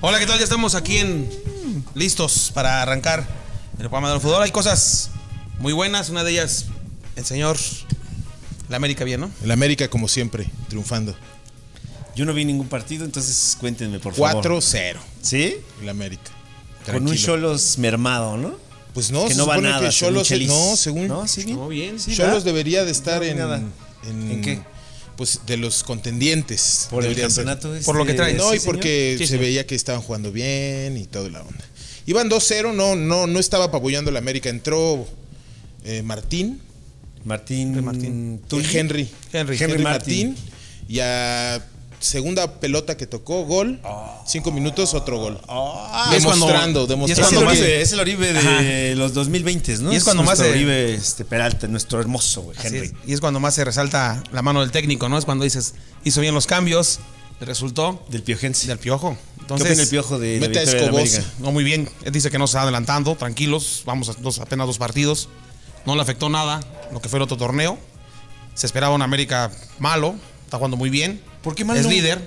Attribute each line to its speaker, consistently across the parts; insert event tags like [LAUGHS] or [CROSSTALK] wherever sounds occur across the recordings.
Speaker 1: Hola, ¿qué tal? Ya estamos aquí en listos para arrancar el programa del fútbol. Hay cosas muy buenas, una de ellas el señor la América bien, ¿no?
Speaker 2: El América, como siempre, triunfando.
Speaker 3: Yo no vi ningún partido, entonces cuéntenme, por favor.
Speaker 2: 4-0.
Speaker 3: ¿Sí?
Speaker 2: El América.
Speaker 3: Con un
Speaker 2: Tranquilo.
Speaker 3: Cholos mermado, ¿no?
Speaker 2: Pues no,
Speaker 3: que
Speaker 2: se
Speaker 3: no va
Speaker 2: supone
Speaker 3: nada.
Speaker 2: que
Speaker 3: según
Speaker 2: Cholos.
Speaker 3: Chelis.
Speaker 2: no, según.
Speaker 3: No, sí, bien.
Speaker 1: No, bien.
Speaker 3: Sí,
Speaker 2: Cholos
Speaker 3: ¿verdad?
Speaker 2: debería de estar
Speaker 3: No,
Speaker 2: en,
Speaker 3: nada.
Speaker 2: en.
Speaker 3: ¿En qué?
Speaker 2: Pues de los contendientes.
Speaker 3: Por el
Speaker 2: debería ser.
Speaker 3: campeonato. este,
Speaker 1: Por lo que traen.
Speaker 2: No,
Speaker 3: sí,
Speaker 2: y
Speaker 3: señor.
Speaker 2: porque
Speaker 1: Sí,
Speaker 2: se
Speaker 1: señor.
Speaker 2: veía que estaban jugando bien y toda la onda. Iban 2-0, no, no, no estaba apabullando el América. Entró eh, Martín, eh,
Speaker 3: Martín.
Speaker 1: Martín.
Speaker 3: Tulli.
Speaker 2: Henry.
Speaker 1: Henry.
Speaker 2: Henry
Speaker 3: Henry
Speaker 2: Martín.
Speaker 3: Martín.
Speaker 2: Y a segunda pelota que tocó, gol. Cinco minutos, otro gol.
Speaker 3: Ah,
Speaker 1: Y es cuando-
Speaker 2: demostrando,
Speaker 1: y es
Speaker 3: es,
Speaker 2: demostrando.
Speaker 3: el
Speaker 1: cuando más-
Speaker 3: Oribe, es el Oribe de
Speaker 1: Ajá.
Speaker 3: los 2020, ¿no?
Speaker 1: Y es cuando más
Speaker 3: nuestro
Speaker 1: se-
Speaker 3: Oribe este, Peralta, nuestro hermoso, güey,
Speaker 1: Así
Speaker 3: Henry.
Speaker 1: es. Y es cuando más se resalta la mano del técnico, ¿no? Es cuando dices, hizo bien los cambios, le resultó
Speaker 3: Del Piojense.
Speaker 1: del piojo.
Speaker 3: ¿Qué
Speaker 1: Entonces,
Speaker 3: opina el Piojo de la
Speaker 2: mete a
Speaker 3: victoria de
Speaker 2: Escobosa.
Speaker 3: América?
Speaker 1: No, muy bien. Él dice que no se está adelantando, tranquilos. Vamos a dos, apenas dos partidos. No le afectó nada lo que fue el otro torneo. Se esperaba un América malo. Está jugando muy bien.
Speaker 3: ¿Por qué malo?
Speaker 1: Es líder.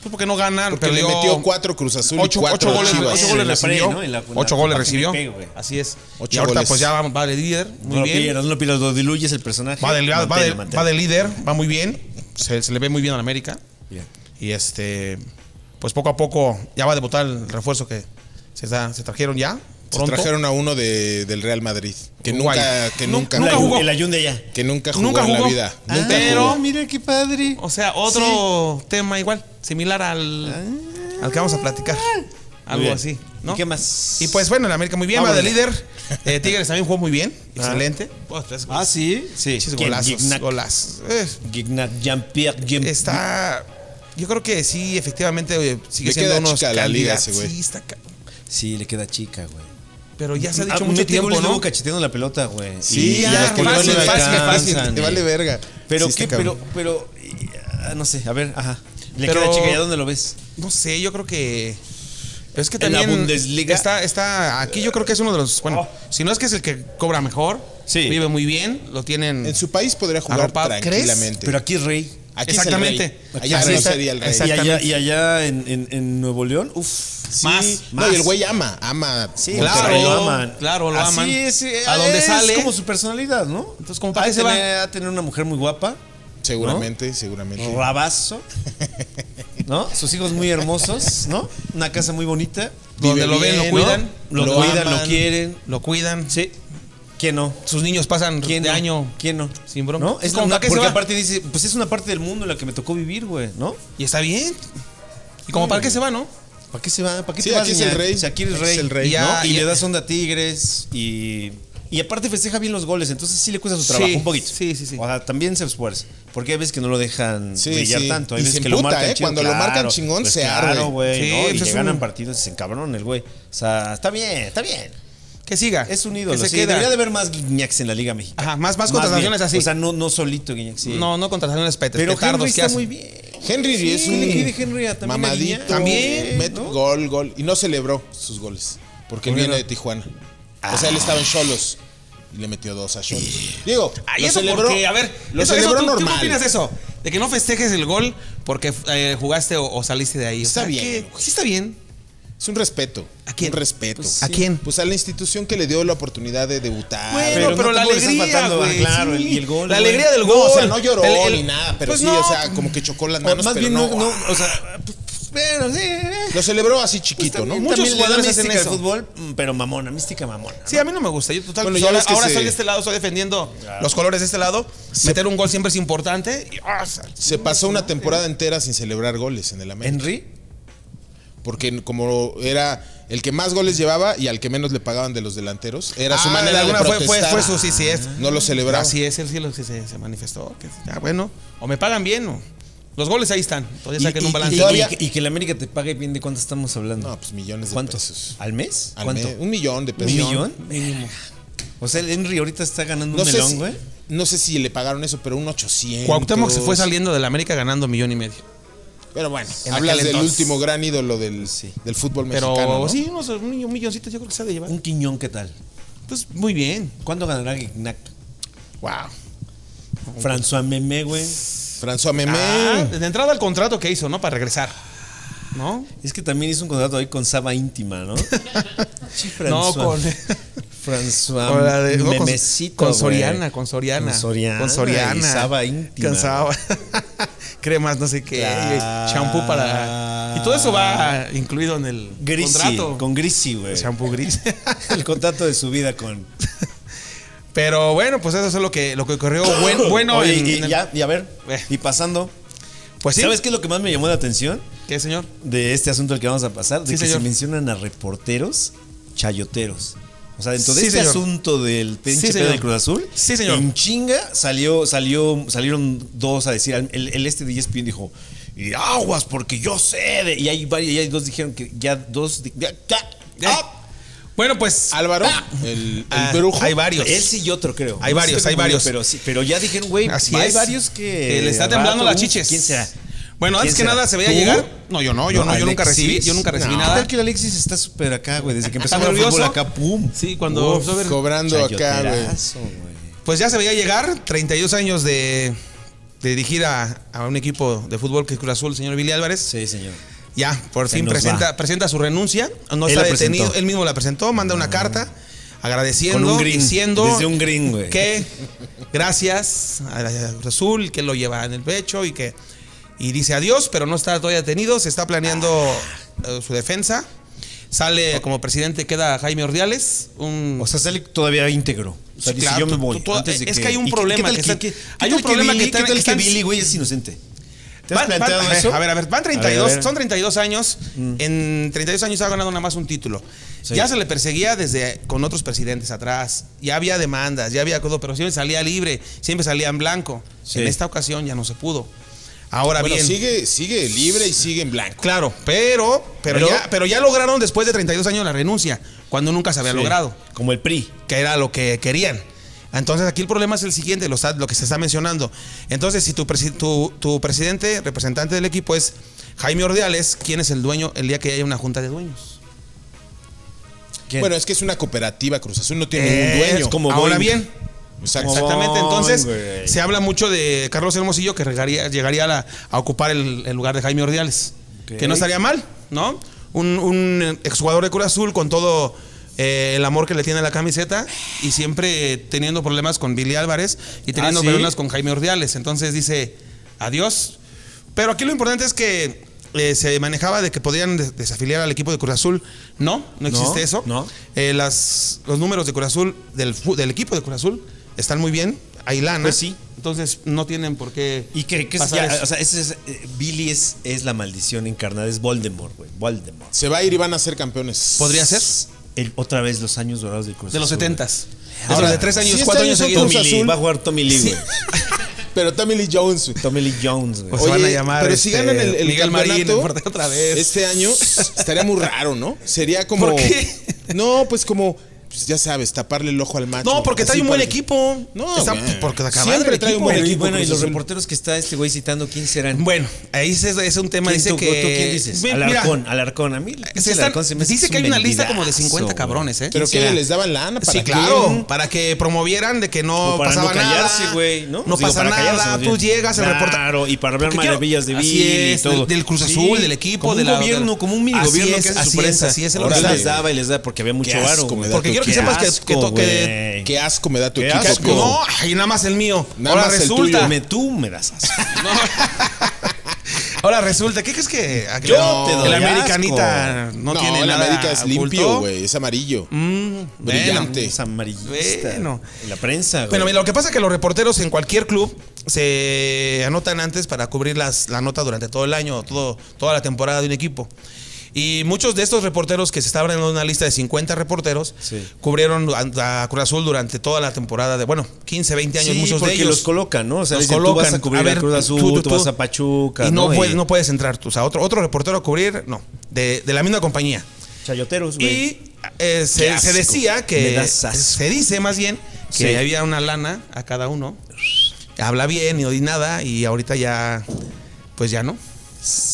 Speaker 1: Pues porque no ganan.
Speaker 2: Porque
Speaker 1: perdió
Speaker 2: le metió cuatro Cruz Azul
Speaker 1: ocho,
Speaker 2: y cuatro
Speaker 1: ocho goles,
Speaker 2: Chivas.
Speaker 1: ocho
Speaker 3: Sí,
Speaker 1: goles
Speaker 3: en la pre,
Speaker 1: recibió.
Speaker 3: ¿no? En la- en la
Speaker 1: ocho goles
Speaker 3: parte
Speaker 1: recibió.
Speaker 3: que pega, güey.
Speaker 1: Así es.
Speaker 2: Ocho
Speaker 1: y ahorita
Speaker 2: goles.
Speaker 1: pues ya va, va de líder. Muy
Speaker 3: No lo
Speaker 1: bien.
Speaker 3: pierdas, no lo pierdas, lo diluyes el personaje.
Speaker 1: va, de, va,
Speaker 3: Mantén,
Speaker 1: de-
Speaker 3: mantén.
Speaker 1: va de líder. Va muy bien. Se, se le ve muy bien al América.
Speaker 3: Bien.
Speaker 1: Y este, pues poco a poco ya va a debutar el refuerzo que se, está- se trajeron ya.
Speaker 2: Se
Speaker 1: pronto.
Speaker 2: trajeron a uno de- del Real Madrid. Que
Speaker 1: Uruguay.
Speaker 2: nunca, que nunca,
Speaker 1: Nunca
Speaker 3: El
Speaker 1: jugó.
Speaker 3: Ayun- El Ayun de allá.
Speaker 2: Que nunca jugó,
Speaker 1: Nunca
Speaker 2: en la
Speaker 1: jugó.
Speaker 2: vida.
Speaker 1: Ah,
Speaker 2: nunca
Speaker 1: pero-
Speaker 2: jugó.
Speaker 3: mira qué padre.
Speaker 1: O sea, otro tema igual, similar al, al que vamos a platicar. Algo
Speaker 3: bien.
Speaker 1: así,
Speaker 3: ¿Y
Speaker 1: ¿no?
Speaker 3: qué más?
Speaker 1: Y pues bueno, el América muy bien, va
Speaker 3: Vámonos.
Speaker 1: de líder. Eh, Tigres también jugó muy bien, excelente. Pues, tres
Speaker 3: Ah, sí. Sí.
Speaker 1: pinches
Speaker 3: ¿Quién?
Speaker 1: golazos,
Speaker 3: Gignac.
Speaker 1: golazos. Eh,
Speaker 3: Gignac, Jean-Pierre, Jean-
Speaker 1: está... Yo creo que sí, efectivamente eh, sigue
Speaker 2: Le
Speaker 1: siendo
Speaker 2: queda
Speaker 1: unos
Speaker 2: chica la liga
Speaker 1: candidatos.
Speaker 2: ese güey.
Speaker 1: Sí, está ca-
Speaker 3: Sí, le queda chica, güey.
Speaker 1: Pero ya se ha
Speaker 3: Ah,
Speaker 1: dicho mucho
Speaker 3: mete
Speaker 1: tiempo,
Speaker 3: goles
Speaker 1: ¿no? ah,
Speaker 3: luego cacheteando la pelota, güey.
Speaker 2: Sí,
Speaker 3: Y
Speaker 2: ya,
Speaker 3: las
Speaker 2: fácil,
Speaker 3: que no
Speaker 2: fácil,
Speaker 3: le
Speaker 2: fácil,
Speaker 3: alcanzan,
Speaker 2: Te
Speaker 3: y-
Speaker 2: vale verga.
Speaker 3: Pero
Speaker 2: Sí,
Speaker 3: qué,
Speaker 2: está
Speaker 3: pero,
Speaker 2: cabrón.
Speaker 3: pero, y- ah, no sé, a ver, ajá. Le
Speaker 1: Pero-
Speaker 3: queda chica, ¿y a dónde lo ves?
Speaker 1: No sé, yo creo que. pero Es que
Speaker 3: En la
Speaker 1: también.
Speaker 3: Bundesliga.
Speaker 1: Está, está. Aquí yo creo que es uno de los. Bueno,
Speaker 3: Oh.
Speaker 1: si no es que es el que cobra mejor.
Speaker 3: Sí.
Speaker 1: Vive muy bien. Lo tienen.
Speaker 2: En su país podría jugar
Speaker 1: Arropado.
Speaker 2: tranquilamente.
Speaker 3: Pero aquí es rey.
Speaker 2: aquí
Speaker 1: Exactamente.
Speaker 2: es el rey. Allá
Speaker 1: Así
Speaker 2: no
Speaker 1: está-
Speaker 2: sería el rey.
Speaker 3: Y
Speaker 1: exacto.
Speaker 3: allá,
Speaker 1: Exactamente.
Speaker 3: y allá en, en- en Nuevo León, uff.
Speaker 2: Sí,
Speaker 1: Más,
Speaker 2: No, y
Speaker 1: más.
Speaker 2: el güey ama, ama.
Speaker 3: Sí,
Speaker 1: Claro,
Speaker 2: Monterrey.
Speaker 3: lo aman.
Speaker 1: claro, lo
Speaker 3: Así
Speaker 1: aman.
Speaker 3: Es, eh,
Speaker 1: ¿A dónde
Speaker 3: es
Speaker 1: sale?
Speaker 3: como su personalidad, ¿no? Ah,
Speaker 1: Entonces, ¿como para
Speaker 3: Ha
Speaker 1: qué
Speaker 3: de
Speaker 1: se va?
Speaker 3: tener- ha de tener una mujer muy guapa,
Speaker 2: Seguramente, seguramente.
Speaker 3: rabazo, ¿no? Sus hijos muy hermosos, ¿no? Una casa muy bonita.
Speaker 1: donde
Speaker 2: vive
Speaker 1: lo ven,
Speaker 2: bien,
Speaker 1: lo cuidan.
Speaker 3: Lo,
Speaker 2: Lo
Speaker 3: cuidan,
Speaker 2: aman.
Speaker 3: lo quieren.
Speaker 1: Lo cuidan.
Speaker 3: Sí. ¿Quién no?
Speaker 1: Sus niños pasan
Speaker 3: ¿Quién
Speaker 1: de
Speaker 3: no?
Speaker 1: año.
Speaker 3: ¿Quién no?
Speaker 1: Sin bronca.
Speaker 3: ¿No? Es
Speaker 1: ¿Cómo
Speaker 3: una-
Speaker 1: para qué se
Speaker 3: porque
Speaker 1: va?
Speaker 3: aparte dice, pues es una parte del mundo en la que me tocó vivir, güey, ¿no?
Speaker 1: Y está bien. Y como para qué se va, ¿no?
Speaker 3: ¿Para qué se va? ¿Para qué
Speaker 2: Sí,
Speaker 3: te
Speaker 2: aquí es
Speaker 3: vas,
Speaker 2: el
Speaker 3: ña?
Speaker 2: rey.
Speaker 3: O sea, aquí eres
Speaker 2: Aquí
Speaker 3: rey.
Speaker 2: es el rey.
Speaker 3: Y,
Speaker 1: Ya,
Speaker 3: ¿no? Y
Speaker 1: ya.
Speaker 3: le das onda a Tigres y... Y aparte festeja bien los goles, entonces sí le cuesta su
Speaker 1: Sí,
Speaker 3: trabajo un poquito.
Speaker 1: sí, sí, sí.
Speaker 3: O sea, también se esfuerza. Porque hay veces que no lo dejan
Speaker 2: Sí,
Speaker 3: brillar
Speaker 2: sí.
Speaker 3: tanto. Hay
Speaker 2: Y
Speaker 3: veces
Speaker 2: se
Speaker 3: que lo
Speaker 2: emputa,
Speaker 3: marcan
Speaker 2: ¿eh?
Speaker 3: chingón.
Speaker 2: Cuando lo marcan chingón, se arde.
Speaker 3: Claro, güey.
Speaker 1: Sí,
Speaker 3: ¿no?
Speaker 1: pues
Speaker 3: Y
Speaker 1: es
Speaker 3: le ganan
Speaker 1: un-
Speaker 3: partidos y se encabronan el güey. O sea, está bien, está bien.
Speaker 1: Que siga.
Speaker 3: Es un ídolo.
Speaker 1: Que se
Speaker 3: sí.
Speaker 1: queda.
Speaker 3: Debería de haber más Guiñacs en la Liga Mexicana.
Speaker 1: Ajá, más, más contrataciones
Speaker 3: bien.
Speaker 1: así.
Speaker 3: O sea, no, no solito Guiñac. Sí.
Speaker 1: No, no contrataciones petes.
Speaker 3: pero
Speaker 1: petardos
Speaker 3: Henry
Speaker 1: que
Speaker 3: está
Speaker 1: hacen.
Speaker 3: muy bien.
Speaker 2: Henry
Speaker 3: Sí,
Speaker 2: es
Speaker 3: le
Speaker 2: un
Speaker 3: pide Henry a también a
Speaker 2: mamadito.
Speaker 3: Guiñac.
Speaker 1: También,
Speaker 2: Met-
Speaker 3: ¿no?
Speaker 2: Gol, gol. Y no celebró sus goles. Porque
Speaker 1: ¿Por qué
Speaker 2: él viene
Speaker 1: no?
Speaker 2: de Tijuana. O sea, él estaba en Cholos. Y le metió dos a Cholos. Digo,
Speaker 1: Ay,
Speaker 2: lo
Speaker 1: Ah, eso
Speaker 2: celebró.
Speaker 1: porque, a ver,
Speaker 2: lo
Speaker 1: eso- eso,
Speaker 2: celebró
Speaker 1: ¿tú- ¿tú,
Speaker 2: normal.
Speaker 1: qué opinas de eso? De que no festejes el gol porque eh, jugaste o, o saliste de ahí. O
Speaker 2: Está
Speaker 1: sea,
Speaker 2: bien,
Speaker 1: que-
Speaker 2: güey.
Speaker 1: Sí está bien.
Speaker 2: Es un respeto.
Speaker 1: ¿A quién?
Speaker 2: Un respeto.
Speaker 1: Pues, ¿a quién?
Speaker 2: Pues a la institución que le dio la oportunidad de debutar.
Speaker 1: Bueno, pero,
Speaker 3: pero
Speaker 1: la
Speaker 3: no te- le estás
Speaker 1: alegría,
Speaker 2: ah,
Speaker 3: matando,
Speaker 1: güey.
Speaker 3: claro,
Speaker 1: sí.
Speaker 3: el- y el gol,
Speaker 1: La
Speaker 3: güey.
Speaker 1: alegría del
Speaker 2: No,
Speaker 1: gol.
Speaker 2: o sea, no lloró
Speaker 1: El- el-
Speaker 2: ni nada, pero
Speaker 1: Pues
Speaker 2: sí,
Speaker 1: no.
Speaker 2: o sea, como que chocó las manos,
Speaker 3: más
Speaker 2: pero
Speaker 3: bien
Speaker 2: no.
Speaker 3: no, no, o sea, p- p- bueno, sí. eh.
Speaker 2: Lo celebró así chiquito,
Speaker 3: También-
Speaker 2: ¿no?
Speaker 1: muchos
Speaker 3: también le da
Speaker 1: jugadores hacen
Speaker 3: mística al
Speaker 1: eso.
Speaker 3: fútbol, mm, pero mamona, mística mamona.
Speaker 1: Sí, a mí no me gusta. Yo total,
Speaker 2: Bueno,
Speaker 1: pues,
Speaker 2: ya
Speaker 1: ahora,
Speaker 2: ves que
Speaker 1: ahora
Speaker 2: se-
Speaker 1: estoy de este lado, estoy defendiendo los colores de este lado. Meter un gol siempre es importante. Y, ah,
Speaker 2: Se pasó una temporada entera sin celebrar goles en el América.
Speaker 3: Henry,
Speaker 2: Porque como era el que más goles llevaba y al que menos le pagaban de los delanteros, era su
Speaker 1: Ah,
Speaker 2: manera de,
Speaker 1: alguna fue- fue-
Speaker 2: protestar.
Speaker 1: fue su- sí, sí, es.
Speaker 2: No lo celebraba.
Speaker 1: Así es, él sí lo que se, se manifestó. que ya, bueno, o me pagan bien o... Los goles ahí están. Entonces
Speaker 3: y,
Speaker 1: saquen un
Speaker 3: y-
Speaker 1: balance.
Speaker 3: y-
Speaker 2: todavía-
Speaker 3: y- y que el América te pague bien, ¿de cuánto estamos hablando?
Speaker 2: No, pues millones de
Speaker 3: ¿Cuántos?
Speaker 2: pesos.
Speaker 3: ¿Al mes?
Speaker 2: Al
Speaker 3: ¿Cuánto?
Speaker 2: mes, un millón de
Speaker 3: ¿Un
Speaker 2: pesos.
Speaker 3: millón? O sea, el Henry ahorita está ganando
Speaker 2: No
Speaker 3: un
Speaker 2: sé,
Speaker 3: melón,
Speaker 2: si,
Speaker 3: güey.
Speaker 2: no sé si le pagaron eso, pero un 800.
Speaker 1: Cuauhtémoc se fue saliendo del América ganando millón y medio.
Speaker 2: Pero bueno,
Speaker 1: En
Speaker 2: hablas
Speaker 1: aquel
Speaker 2: del
Speaker 1: entonces.
Speaker 2: último gran ídolo del,
Speaker 3: Sí.
Speaker 2: del fútbol
Speaker 1: Pero
Speaker 2: mexicano. ¿no?
Speaker 1: sí, unos, un, millon- un milloncito yo creo que se ha de llevar.
Speaker 3: Un quiñón, ¿qué tal?
Speaker 1: Pues muy bien. Ah,
Speaker 3: ¿Cuándo ganará Gignac?
Speaker 1: Wow.
Speaker 3: François Memé, güey.
Speaker 2: François Memé.
Speaker 1: Ah, de entrada al contrato que hizo, ¿no? Para regresar. ¿no?
Speaker 3: Es que también hizo un contrato ahí con Saba Íntima,
Speaker 2: [LAUGHS]
Speaker 3: ¿no? Sí,
Speaker 1: No,
Speaker 3: François-
Speaker 1: [LAUGHS] con,
Speaker 3: François
Speaker 1: con la de- no, con-
Speaker 3: Memecito,
Speaker 1: con
Speaker 3: güey.
Speaker 1: Soriana, con Soriana.
Speaker 3: Con Soriana.
Speaker 1: Con Soriana.
Speaker 3: y Saba Íntima.
Speaker 1: Con Saba. [LAUGHS] Cremas, no sé qué.
Speaker 3: Claro.
Speaker 1: Shampoo para. Y todo eso va incluido en el
Speaker 3: Grisi,
Speaker 1: contrato.
Speaker 3: Con Grisi, güey.
Speaker 1: Shampoo gris.
Speaker 3: [LAUGHS]
Speaker 1: [LAUGHS]
Speaker 3: El contrato de su vida con.
Speaker 1: Pero bueno, pues eso es lo que, lo que ocurrió.
Speaker 3: [COUGHS]
Speaker 1: Buen- bueno,
Speaker 3: Oye,
Speaker 1: en-
Speaker 3: y,
Speaker 1: en el-
Speaker 3: ya, y a ver.
Speaker 1: Eh.
Speaker 3: Y pasando.
Speaker 1: pues sí.
Speaker 3: ¿Sabes qué es lo que más me llamó la atención
Speaker 1: ¿Qué, señor?
Speaker 3: de este asunto al que vamos a pasar? De
Speaker 1: Sí,
Speaker 3: que
Speaker 1: señor.
Speaker 3: se mencionan a reporteros chayoteros. O sea, dentro de
Speaker 1: Sí,
Speaker 3: este
Speaker 1: señor.
Speaker 3: asunto del pinche pedo
Speaker 1: señor.
Speaker 3: del Cruz Azul,
Speaker 1: Sí, señor.
Speaker 3: en chinga salió, salió, salieron dos a decir, al- el, el este de ESPN dijo, y aguas, porque yo sé de-". Y hay varios, y hay dos dijeron que ya dos. di- ya- ya- ah.
Speaker 1: Bueno, pues.
Speaker 2: Álvaro, el, el
Speaker 1: Ah,
Speaker 2: brujo.
Speaker 1: hay varios.
Speaker 3: Él sí y otro, creo.
Speaker 1: Hay varios,
Speaker 3: estoy
Speaker 1: hay
Speaker 3: confundido,
Speaker 1: varios.
Speaker 3: Pero, sí, pero ya dijeron, güey,
Speaker 1: Así
Speaker 3: hay
Speaker 1: es.
Speaker 3: varios que.
Speaker 1: le está temblando
Speaker 3: Rato,
Speaker 1: las
Speaker 3: uh,
Speaker 1: chiches.
Speaker 3: ¿Quién será?
Speaker 1: Bueno, antes
Speaker 3: ¿Quién
Speaker 1: que
Speaker 3: será?
Speaker 1: nada se veía
Speaker 3: ¿Tú?
Speaker 1: llegar. No, yo no, yo no, yo nunca
Speaker 3: Alexis.
Speaker 1: recibí, yo nunca recibí
Speaker 3: No. ¿Qué
Speaker 1: nada.
Speaker 3: tal que el Alexis está súper acá, güey? Desde que empezó a
Speaker 1: ¿Está
Speaker 3: jugar fútbol
Speaker 1: nervioso?
Speaker 3: acá, pum.
Speaker 1: Sí, cuando-
Speaker 3: Uf,
Speaker 1: a ver.
Speaker 2: Cobrando acá, güey.
Speaker 3: chayoterazo, güey.
Speaker 1: Pues ya se veía llegar, 32 años de, de dirigir a, a un equipo de fútbol que es Cruz Azul, el señor Billy Álvarez.
Speaker 3: Sí, señor.
Speaker 1: Ya, por
Speaker 3: Se
Speaker 1: fin
Speaker 3: nos
Speaker 1: presenta, presenta su renuncia. No
Speaker 3: Él
Speaker 1: está
Speaker 3: la
Speaker 1: detenido,
Speaker 3: presentó. Ah.
Speaker 1: él mismo la presentó, manda una carta agradeciendo,
Speaker 3: Con un green,
Speaker 1: diciendo
Speaker 3: desde un green, güey.
Speaker 1: que gracias a la- a Cruz Azul, que lo lleva en el pecho y que y dice adiós, pero no está todavía detenido, se está planeando
Speaker 3: Ah.
Speaker 1: eh, su defensa. Sale como presidente queda Jaime Ordiales, un
Speaker 3: O sea, sale todavía íntegro. O sea,
Speaker 1: Sí,
Speaker 3: dice,
Speaker 1: claro,
Speaker 3: yo me
Speaker 1: tú-
Speaker 3: voy.
Speaker 1: tú- tú-
Speaker 3: antes de
Speaker 1: es que hay un
Speaker 3: ¿Y qué-
Speaker 1: problema
Speaker 3: ¿Qué
Speaker 1: que
Speaker 3: tal
Speaker 1: están-
Speaker 3: que,
Speaker 1: hay un problema que
Speaker 3: Billy,
Speaker 1: están-
Speaker 3: ¿Qué tal
Speaker 1: que
Speaker 3: que
Speaker 1: están-
Speaker 3: Billy, güey, es inocente? ¿Te has
Speaker 1: Van-
Speaker 3: planteado
Speaker 1: van-
Speaker 3: eso?
Speaker 1: [LAUGHS] A ver, a ver, van
Speaker 3: A
Speaker 1: 32,
Speaker 3: ver, a ver.
Speaker 1: son 32 años. En 32 años ha ganado nada más un título.
Speaker 3: Sí.
Speaker 1: Ya se le perseguía desde con otros presidentes atrás. Ya había demandas, ya había todo, pero siempre salía libre, siempre salía en blanco.
Speaker 3: Sí.
Speaker 1: En esta ocasión ya no se pudo. Ahora
Speaker 2: Bueno,
Speaker 1: bien,
Speaker 2: sigue, sigue libre y sigue en blanco.
Speaker 1: claro, pero, pero,
Speaker 3: Pero-
Speaker 1: ya, pero ya lograron después de 32 años la renuncia, cuando nunca se había
Speaker 3: Sí,
Speaker 1: logrado
Speaker 3: Como el PRI.
Speaker 1: que era lo que querían. Entonces aquí el problema es el siguiente, lo, está- lo que se está mencionando. Entonces, si tu, presi- tu, tu presidente, representante del equipo es Jaime Ordiales, ¿quién es el dueño el día que haya una junta de dueños?
Speaker 3: ¿Quién?
Speaker 2: Bueno, es que es una cooperativa, Cruz Azul no tiene
Speaker 1: Eh,
Speaker 2: un dueño.
Speaker 3: es como
Speaker 1: Ahora
Speaker 3: Boeing.
Speaker 1: bien,
Speaker 2: Exacto.
Speaker 3: como-
Speaker 1: exactamente. Entonces,
Speaker 3: güey.
Speaker 1: se habla mucho de Carlos Hermosillo que regaría- llegaría a, la- a ocupar el, el lugar de Jaime Ordiales.
Speaker 3: Ok.
Speaker 1: Que no estaría mal, ¿no? Un, un exjugador de Cruz Azul con todo eh, el amor que le tiene a la camiseta y siempre teniendo problemas con Billy Álvarez y teniendo
Speaker 3: Ah, ¿sí?
Speaker 1: problemas con Jaime Ordiales. Entonces dice, adiós. Pero aquí lo importante es que eh, se manejaba de que podrían des- desafiliar al equipo de Cruz Azul. No, no existe eso.
Speaker 3: no.
Speaker 1: Eh, las, los números de Cruz Azul, del, fu- del equipo de Cruz Azul, están muy bien. Hay lana.
Speaker 3: Pues sí.
Speaker 1: Entonces no tienen por qué.
Speaker 3: Y que, que es-
Speaker 1: pasar
Speaker 3: ya,
Speaker 1: eso.
Speaker 3: o sea, ese es, eh, Billy es, es la maldición encarnada, es Voldemort, güey. Voldemort.
Speaker 2: Se va a ir y van a ser campeones.
Speaker 1: Podría ser.
Speaker 3: El- otra vez los años dorados del Cruz
Speaker 1: De los
Speaker 3: Azul, güey.
Speaker 1: 70
Speaker 2: Ahora,
Speaker 1: de tres años,
Speaker 2: si
Speaker 1: cuatro
Speaker 2: este
Speaker 1: años
Speaker 2: año son
Speaker 1: seguidos.
Speaker 2: Cruz
Speaker 3: Tommy Lee,
Speaker 2: Azul.
Speaker 3: va a jugar Tommy Lee, güey.
Speaker 2: Pero Tommy Lee Jones. güey.
Speaker 3: Tommy Lee Jones, güey.
Speaker 1: Pues se van a llamar,
Speaker 2: pero si
Speaker 1: este,
Speaker 2: ganan el, el
Speaker 1: Miguel Marín,
Speaker 2: campeonato
Speaker 1: importa otra vez.
Speaker 2: este año, estaría muy raro, ¿no? Sería como...
Speaker 1: ¿Por qué?
Speaker 2: No, pues como, pues, ya sabes, taparle el ojo al macho.
Speaker 1: No, porque
Speaker 2: Así
Speaker 1: trae un buen
Speaker 2: para-
Speaker 1: equipo.
Speaker 2: No,
Speaker 1: Está-
Speaker 2: güey.
Speaker 1: porque la acabada
Speaker 2: Siempre
Speaker 1: del
Speaker 2: trae un
Speaker 1: equipo.
Speaker 2: buen
Speaker 3: Bueno, y,
Speaker 2: equipo,
Speaker 3: bueno, y
Speaker 2: Cruz
Speaker 3: los
Speaker 2: Azul.
Speaker 3: reporteros que está este güey citando, ¿quién serán?
Speaker 1: Bueno, ahí es, es un tema.
Speaker 3: ¿Quién
Speaker 1: Dice
Speaker 3: tú-
Speaker 1: que.
Speaker 3: tú quién dices?
Speaker 1: Mira,
Speaker 3: Alarcón, Alarcón. A mí, el
Speaker 1: se
Speaker 3: pinche
Speaker 1: están-
Speaker 3: Alarcón se me hace
Speaker 1: dice
Speaker 3: un
Speaker 1: que hay una lista como de
Speaker 3: vendidazo,
Speaker 1: 50
Speaker 3: güey.
Speaker 1: cabrones, ¿eh?
Speaker 2: Pero
Speaker 1: ¿Quién
Speaker 2: que
Speaker 1: será?
Speaker 2: les daban lana para
Speaker 1: Sí,
Speaker 2: qué?
Speaker 1: claro, para que promovieran de que no
Speaker 3: O para
Speaker 1: pasaba
Speaker 3: no callarse,
Speaker 1: nada.
Speaker 3: güey, ¿no? Digo,
Speaker 1: pasa
Speaker 3: para callarse,
Speaker 1: nada,
Speaker 3: más
Speaker 1: tú
Speaker 3: bien.
Speaker 1: llegas, el reporta-
Speaker 3: Claro, y para hablar
Speaker 1: Porque quiero-
Speaker 3: maravillas de
Speaker 1: así
Speaker 3: Billy y
Speaker 1: es,
Speaker 3: todo.
Speaker 1: Del, del Cruz
Speaker 3: Sí,
Speaker 1: Azul, del equipo,
Speaker 3: como
Speaker 1: de
Speaker 3: un
Speaker 1: la-
Speaker 3: gobierno,
Speaker 1: del-
Speaker 3: como un mini
Speaker 1: Así
Speaker 3: gobierno
Speaker 1: es,
Speaker 3: que hace
Speaker 1: así
Speaker 3: su prensa.
Speaker 1: Es, así es el
Speaker 3: Ahora
Speaker 2: Órale.
Speaker 1: Ordiales.
Speaker 3: les daba y les daba porque había mucho
Speaker 2: Qué
Speaker 3: varo.
Speaker 2: asco me
Speaker 3: güey.
Speaker 2: da
Speaker 1: Porque quiero que
Speaker 3: Qué
Speaker 1: sepas que-
Speaker 3: asco,
Speaker 1: que to- que-
Speaker 3: güey.
Speaker 2: Qué asco me da tu
Speaker 3: Qué
Speaker 2: equipo.
Speaker 1: Que-
Speaker 3: asco.
Speaker 1: No, y nada más el mío.
Speaker 2: Nada
Speaker 1: Ahora
Speaker 2: más el
Speaker 1: resulta.
Speaker 2: tuyo.
Speaker 3: Me- Tú me das asco.
Speaker 1: No. Ahora resulta, ¿qué crees que aquel-
Speaker 3: Yo te doy
Speaker 1: el
Speaker 3: asco.
Speaker 1: americanita no,
Speaker 2: No,
Speaker 1: tiene
Speaker 2: el
Speaker 1: nada
Speaker 2: América es limpio,
Speaker 1: oculto?
Speaker 2: güey. Es amarillo.
Speaker 1: Mm, bueno,
Speaker 2: Brillante.
Speaker 3: Es amarillista.
Speaker 1: Bueno.
Speaker 3: La prensa, güey.
Speaker 1: Pero mira, lo que pasa es que los reporteros en cualquier club se anotan antes para cubrir las- la nota durante todo el año, todo, toda la temporada de un equipo. Y muchos de estos reporteros que se estaban en una lista de 50 reporteros
Speaker 3: Sí.
Speaker 1: cubrieron a, a Cruz Azul durante toda la temporada de, bueno, 15, 20 años,
Speaker 3: Sí,
Speaker 1: muchos de
Speaker 3: porque
Speaker 1: ellos.
Speaker 3: los colocan, ¿no? O sea,
Speaker 1: Los
Speaker 3: dicen, tú
Speaker 1: colocan.
Speaker 3: vas a cubrir
Speaker 1: A
Speaker 3: a,
Speaker 1: ver,
Speaker 3: Cruz Azul,
Speaker 1: tú,
Speaker 3: tú,
Speaker 1: tú, tú.
Speaker 3: vas a Pachuca.
Speaker 1: y no,
Speaker 3: Y-
Speaker 1: puedes, no puedes entrar tú, o sea, otro, otro reportero a cubrir, no, de, de la misma compañía.
Speaker 3: Chayoteros, güey.
Speaker 1: Y eh,
Speaker 3: Qué
Speaker 1: se,
Speaker 3: asco.
Speaker 1: se decía
Speaker 3: Me
Speaker 1: que.
Speaker 3: das asco.
Speaker 1: Se dice más bien que
Speaker 3: Sí.
Speaker 1: había una lana a cada uno. Habla bien y no di nada. Y ahorita ya. Pues ya no.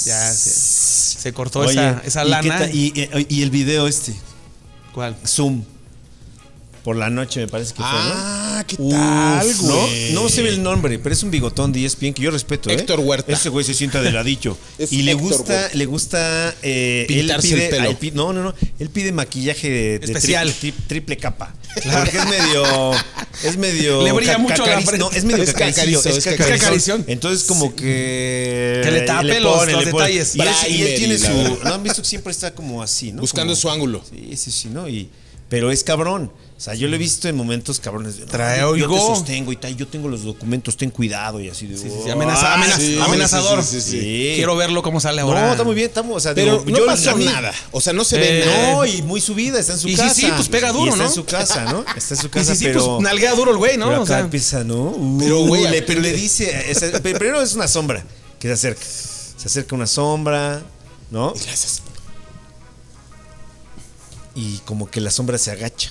Speaker 1: Ya se, se cortó
Speaker 3: Oye,
Speaker 1: esa, esa
Speaker 3: ¿y qué
Speaker 1: lana.
Speaker 3: tal- Y, y- y el video este,
Speaker 1: ¿Cuál?
Speaker 3: Zoom. por la noche, me parece que
Speaker 2: Ah, ¿qué
Speaker 3: fue, ¿no?
Speaker 2: tal,
Speaker 3: Uf, ¿no?
Speaker 2: güey?
Speaker 3: No sé el nombre, pero es un bigotón de ESPN que yo respeto, ¿eh?
Speaker 2: Héctor Huerta.
Speaker 3: Ese güey se sienta de ladillo.
Speaker 2: [LAUGHS] Es
Speaker 3: y le
Speaker 2: Héctor
Speaker 3: gusta,
Speaker 2: Huerta.
Speaker 3: le gusta. eh,
Speaker 2: Pintarse
Speaker 3: él pide,
Speaker 2: el pelo.
Speaker 3: ah, él pi- no, no, no. Él pide maquillaje de, de tri-
Speaker 1: Especial.
Speaker 3: tri- triple capa. Porque es medio.
Speaker 2: [LAUGHS]
Speaker 3: Es medio.
Speaker 1: Le brilla mucho la
Speaker 3: cacariz-
Speaker 1: frente.
Speaker 3: No, es medio
Speaker 2: Es
Speaker 3: cacaricillo.
Speaker 2: cacarizo, es
Speaker 1: cacarizón.
Speaker 3: Entonces, como que.
Speaker 1: Que le tape los- los detalles.
Speaker 3: Y, es- y él
Speaker 2: Primary,
Speaker 3: tiene
Speaker 2: la
Speaker 3: su.
Speaker 2: verdad.
Speaker 3: No han visto que siempre está como así, ¿no?
Speaker 2: Buscando
Speaker 3: Como-
Speaker 2: su ángulo.
Speaker 3: Sí, sí, sí, ¿no? Y, pero es cabrón. O sea, yo lo he visto en momentos cabrones. de, no,
Speaker 1: Trae
Speaker 3: yo- Yo
Speaker 1: oigo.
Speaker 3: te sostengo y tal, yo tengo los documentos, ten cuidado y así de.
Speaker 1: Sí, sí,
Speaker 3: "Oh,
Speaker 1: amenaza-
Speaker 3: ah,
Speaker 1: amenaza-
Speaker 3: sí,
Speaker 2: sí,
Speaker 1: amenazador.
Speaker 2: sí, sí, sí.
Speaker 3: Sí.
Speaker 1: Quiero verlo cómo sale ahora.
Speaker 3: No, está muy bien, estamos. O sea,
Speaker 2: Pero
Speaker 3: digo,
Speaker 2: no
Speaker 3: yo
Speaker 2: pasa
Speaker 3: a mí-
Speaker 2: nada. O sea, no se ve
Speaker 1: Eh,
Speaker 2: nada.
Speaker 3: No, y muy subida, está en su
Speaker 1: Y sí,
Speaker 3: casa.
Speaker 1: sí, pues pega
Speaker 3: Y
Speaker 1: duro,
Speaker 3: está
Speaker 1: ¿no?
Speaker 3: en su casa, ¿no? Está en
Speaker 1: [LAUGHS]
Speaker 3: su
Speaker 1: Y
Speaker 3: casa,
Speaker 1: sí, sí,
Speaker 3: pero.
Speaker 1: pues nalguea duro el güey, ¿no?
Speaker 3: pero acá
Speaker 1: o sea,
Speaker 3: empieza, ¿no? Uh,
Speaker 2: Pero, güey,
Speaker 3: le,
Speaker 2: a-
Speaker 3: pero le dice. es- pe- primero es una sombra que se acerca. Se acerca una sombra, ¿no?
Speaker 2: Gracias.
Speaker 3: Y como que la sombra se agacha.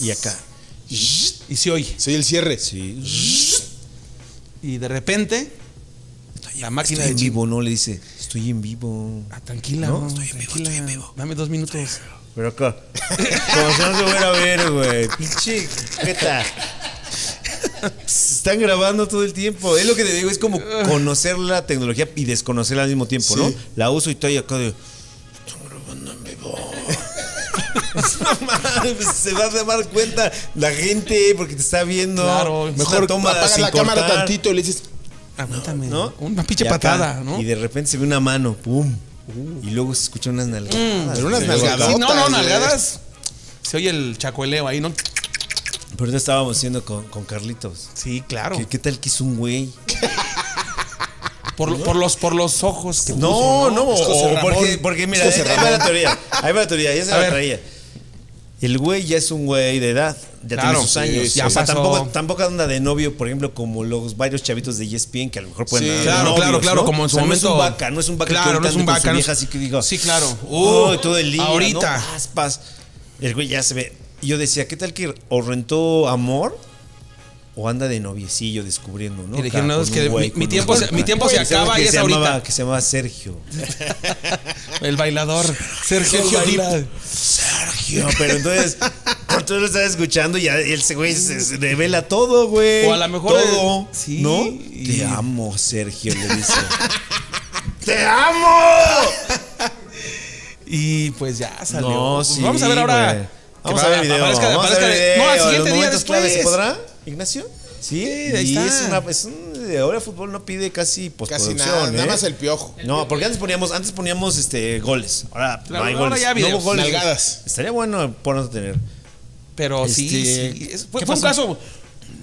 Speaker 3: Y acá.
Speaker 1: y se oye.
Speaker 2: Soy el cierre.
Speaker 3: Sí.
Speaker 1: Y de repente, la máquina
Speaker 3: Estoy
Speaker 1: de
Speaker 3: en
Speaker 1: chip.
Speaker 3: vivo, ¿no? Le dice, estoy en vivo.
Speaker 1: Ah, tranquila,
Speaker 3: No,
Speaker 1: no,
Speaker 3: estoy en vivo,
Speaker 1: tranquila.
Speaker 3: estoy en vivo.
Speaker 1: Dame dos minutos.
Speaker 3: Pero acá. Como si no se fuera a ver, güey. Pinche jeta. Están grabando todo el tiempo. Es lo que te digo, es como conocer la tecnología y desconocerla al mismo tiempo, ¿no?
Speaker 2: Sí.
Speaker 3: La uso y estoy acá de. Están grabando en vivo. [LAUGHS] No mames, se va a dar cuenta la gente porque te está viendo.
Speaker 1: Claro.
Speaker 3: Es una
Speaker 2: Mejor
Speaker 3: toma
Speaker 2: apaga
Speaker 3: sin
Speaker 2: la cámara
Speaker 3: cortar.
Speaker 2: tantito y le dices,
Speaker 1: Aguántame.
Speaker 3: ¿no?
Speaker 1: Una pinche
Speaker 3: Y acá,
Speaker 1: patada, ¿no?
Speaker 3: Y de repente se ve una mano, pum. y luego se escuchan unas nalgadas.
Speaker 2: Mm, pero unas
Speaker 3: Sí,
Speaker 2: nalgadas.
Speaker 1: Sí, no, no,
Speaker 2: Nalgadotas,
Speaker 1: nalgadas. Se oye el chacueleo ahí, ¿no?
Speaker 3: Pero ahorita estábamos haciendo con, con Carlitos.
Speaker 1: Sí, claro.
Speaker 3: ¿Qué, qué tal que hizo un güey?
Speaker 1: Por, lo- por los, por los ojos que
Speaker 3: No,
Speaker 1: puso,
Speaker 3: no,
Speaker 2: Es José
Speaker 3: o-
Speaker 2: Ramón.
Speaker 3: porque, porque mira,
Speaker 2: Es José
Speaker 3: ahí va
Speaker 2: Ramón.
Speaker 3: la teoría. Ahí va la teoría, ya se
Speaker 1: A
Speaker 3: la
Speaker 1: ver.
Speaker 3: traía. El güey ya es un güey de edad, ya
Speaker 1: Claro,
Speaker 3: tiene sus
Speaker 1: sí,
Speaker 3: años.
Speaker 1: sí,
Speaker 3: o sea,
Speaker 1: pasó.
Speaker 3: tampoco, tampoco anda de novio, por ejemplo, como los varios chavitos de E ESPN que a lo mejor pueden
Speaker 2: Sí,
Speaker 3: andar de
Speaker 1: Claro,
Speaker 3: novios,
Speaker 1: claro, claro,
Speaker 3: ¿no?
Speaker 1: como en su
Speaker 3: O sea,
Speaker 1: momento.
Speaker 3: No es un vaca, no es un vaca que
Speaker 1: Claro,
Speaker 3: ahorita
Speaker 1: no es un
Speaker 3: anda con su
Speaker 1: vaca. no es-
Speaker 3: vieja, así que digo.
Speaker 1: Sí, claro.
Speaker 3: Oh,
Speaker 1: Uy,
Speaker 3: todo el día.
Speaker 1: Ahorita.
Speaker 3: ¿no? Paz, paz. El güey ya se ve. Y Yo decía, ¿qué tal que o rentó amor o anda de noviecillo descubriendo, no?
Speaker 1: Y le dijeron,
Speaker 3: Acá
Speaker 1: no, es
Speaker 3: con
Speaker 1: que
Speaker 3: un
Speaker 1: mi-
Speaker 3: güey,
Speaker 1: mi
Speaker 3: con un
Speaker 1: tiempo se-
Speaker 3: güey.
Speaker 1: mi tiempo se
Speaker 3: Que llama-
Speaker 1: acaba y
Speaker 3: que
Speaker 1: es
Speaker 3: se llamaba-
Speaker 1: ahorita.
Speaker 3: Que se llamaba Sergio. [LAUGHS]
Speaker 1: El bailador. Sergio,
Speaker 2: Sergio
Speaker 1: baila.
Speaker 2: Dip.
Speaker 3: Sergio. Pero entonces, [LAUGHS] cuando tú lo estás escuchando, ya el ese güey se, se revela todo, güey.
Speaker 1: O a lo mejor
Speaker 3: Todo.
Speaker 1: el- sí,
Speaker 3: ¿No?
Speaker 1: y-
Speaker 3: Te amo, Sergio, le dice. ¡Te amo!
Speaker 1: Y pues ya [LAUGHS] salió.
Speaker 3: No,
Speaker 1: Pues
Speaker 3: sí,
Speaker 1: vamos a ver ahora.
Speaker 3: güey.
Speaker 1: que
Speaker 3: Vamos
Speaker 1: va-
Speaker 3: a ver video.
Speaker 1: aparezca-
Speaker 3: vamos
Speaker 1: aparezca
Speaker 3: a ver
Speaker 1: de- no, al
Speaker 3: video,
Speaker 1: siguiente
Speaker 3: los
Speaker 1: día
Speaker 3: momentos
Speaker 1: después.
Speaker 3: claves. ¿Podrá, Ignacio? Sí,
Speaker 1: ahí
Speaker 3: y
Speaker 1: está.
Speaker 3: Es una, es un, ahora el fútbol no pide casi
Speaker 2: casi
Speaker 3: postproducción.
Speaker 2: nada, nada
Speaker 3: ¿eh?
Speaker 2: más el piojo.
Speaker 3: No, porque antes poníamos, antes poníamos este, goles. Ahora no
Speaker 1: Claro,
Speaker 3: hay
Speaker 1: ahora
Speaker 3: goles.
Speaker 1: ya videos,
Speaker 3: no hubo goles.
Speaker 2: nalgadas.
Speaker 3: Estaría bueno ponernos a tener.
Speaker 1: Pero sí,
Speaker 3: Este,
Speaker 1: sí, es- fue,
Speaker 3: ¿qué
Speaker 1: fue un
Speaker 3: pasó?
Speaker 1: caso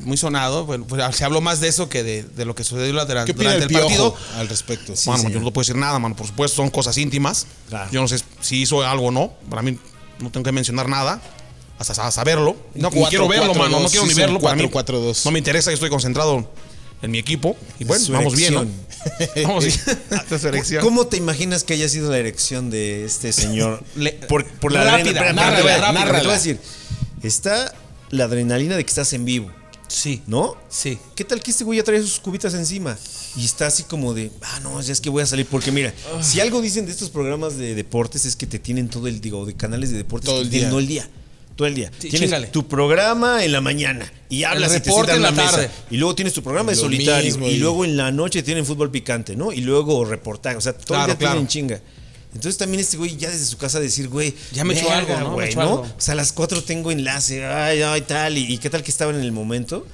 Speaker 1: muy sonado. Bueno, pues, se habló más de eso que de, de lo que sucedió durante,
Speaker 2: ¿Qué opina
Speaker 1: durante
Speaker 2: el
Speaker 1: el
Speaker 2: piojo
Speaker 1: partido.
Speaker 2: al respecto? [LAUGHS]
Speaker 1: mano, yo
Speaker 3: señor.
Speaker 1: no te puedo decir nada, mano. Por supuesto, son cosas íntimas.
Speaker 3: Claro.
Speaker 1: Yo no sé si hizo algo o no. Para mí, no tengo que mencionar nada. Hasta sa- saberlo. No ni
Speaker 2: Cuatro,
Speaker 1: quiero verlo,
Speaker 2: cuatro,
Speaker 1: mano. No
Speaker 2: dos.
Speaker 1: quiero
Speaker 2: Sí,
Speaker 1: ni
Speaker 2: son
Speaker 1: verlo. para
Speaker 2: cuatro,
Speaker 1: mí,
Speaker 2: cuatro, dos.
Speaker 1: No me interesa. Yo estoy concentrado en mi equipo. Y bueno,
Speaker 3: Su
Speaker 1: vamos bien, ¿no? [LAUGHS]
Speaker 3: erección.
Speaker 1: Vamos
Speaker 2: [LAUGHS]
Speaker 1: bien. Esta es su erección.
Speaker 3: ¿Cómo te imaginas que haya sido la erección de este señor?
Speaker 1: [LAUGHS] Le-
Speaker 3: por, por la
Speaker 1: Rápida,
Speaker 3: adrenalina. Espera,
Speaker 1: nárrala,
Speaker 3: espera, te voy a-
Speaker 1: nárrala.
Speaker 3: te voy a decir. Está la adrenalina de que estás en vivo,
Speaker 1: Sí.
Speaker 3: ¿no?
Speaker 1: Sí.
Speaker 3: ¿Qué tal que este güey ya trae sus cubitas encima? Y está así como de, ah, no, ya es que voy a salir. Porque mira,
Speaker 1: Ah.
Speaker 3: si algo dicen de estos programas de deportes es que te tienen todo el, digo, de canales de deportes,
Speaker 2: Todo
Speaker 3: que
Speaker 2: el día.
Speaker 3: tienen Todo el día. Todo el día.
Speaker 1: Sí,
Speaker 3: tienes
Speaker 1: chíngale.
Speaker 3: tu programa en la mañana y hablas y te
Speaker 1: reporte
Speaker 3: sientan
Speaker 1: en la
Speaker 3: mesa.
Speaker 1: tarde.
Speaker 3: Y luego tienes tu programa de
Speaker 2: Lo
Speaker 3: solitario.
Speaker 2: mismo,
Speaker 3: y
Speaker 2: y-
Speaker 3: luego en la noche tienen fútbol picante, ¿no? Y luego reportaje. O sea, todo
Speaker 1: Claro,
Speaker 3: el día
Speaker 1: claro.
Speaker 3: tienen chinga. Entonces también este güey ya desde su casa decir, güey,
Speaker 1: Ya me echó
Speaker 3: verga,
Speaker 1: algo, ¿no? Me
Speaker 3: güey,
Speaker 1: echó algo.
Speaker 3: O sea, a las 4 tengo enlace, ay, ay, tal. ¿Y, y qué tal que estaba en el momento?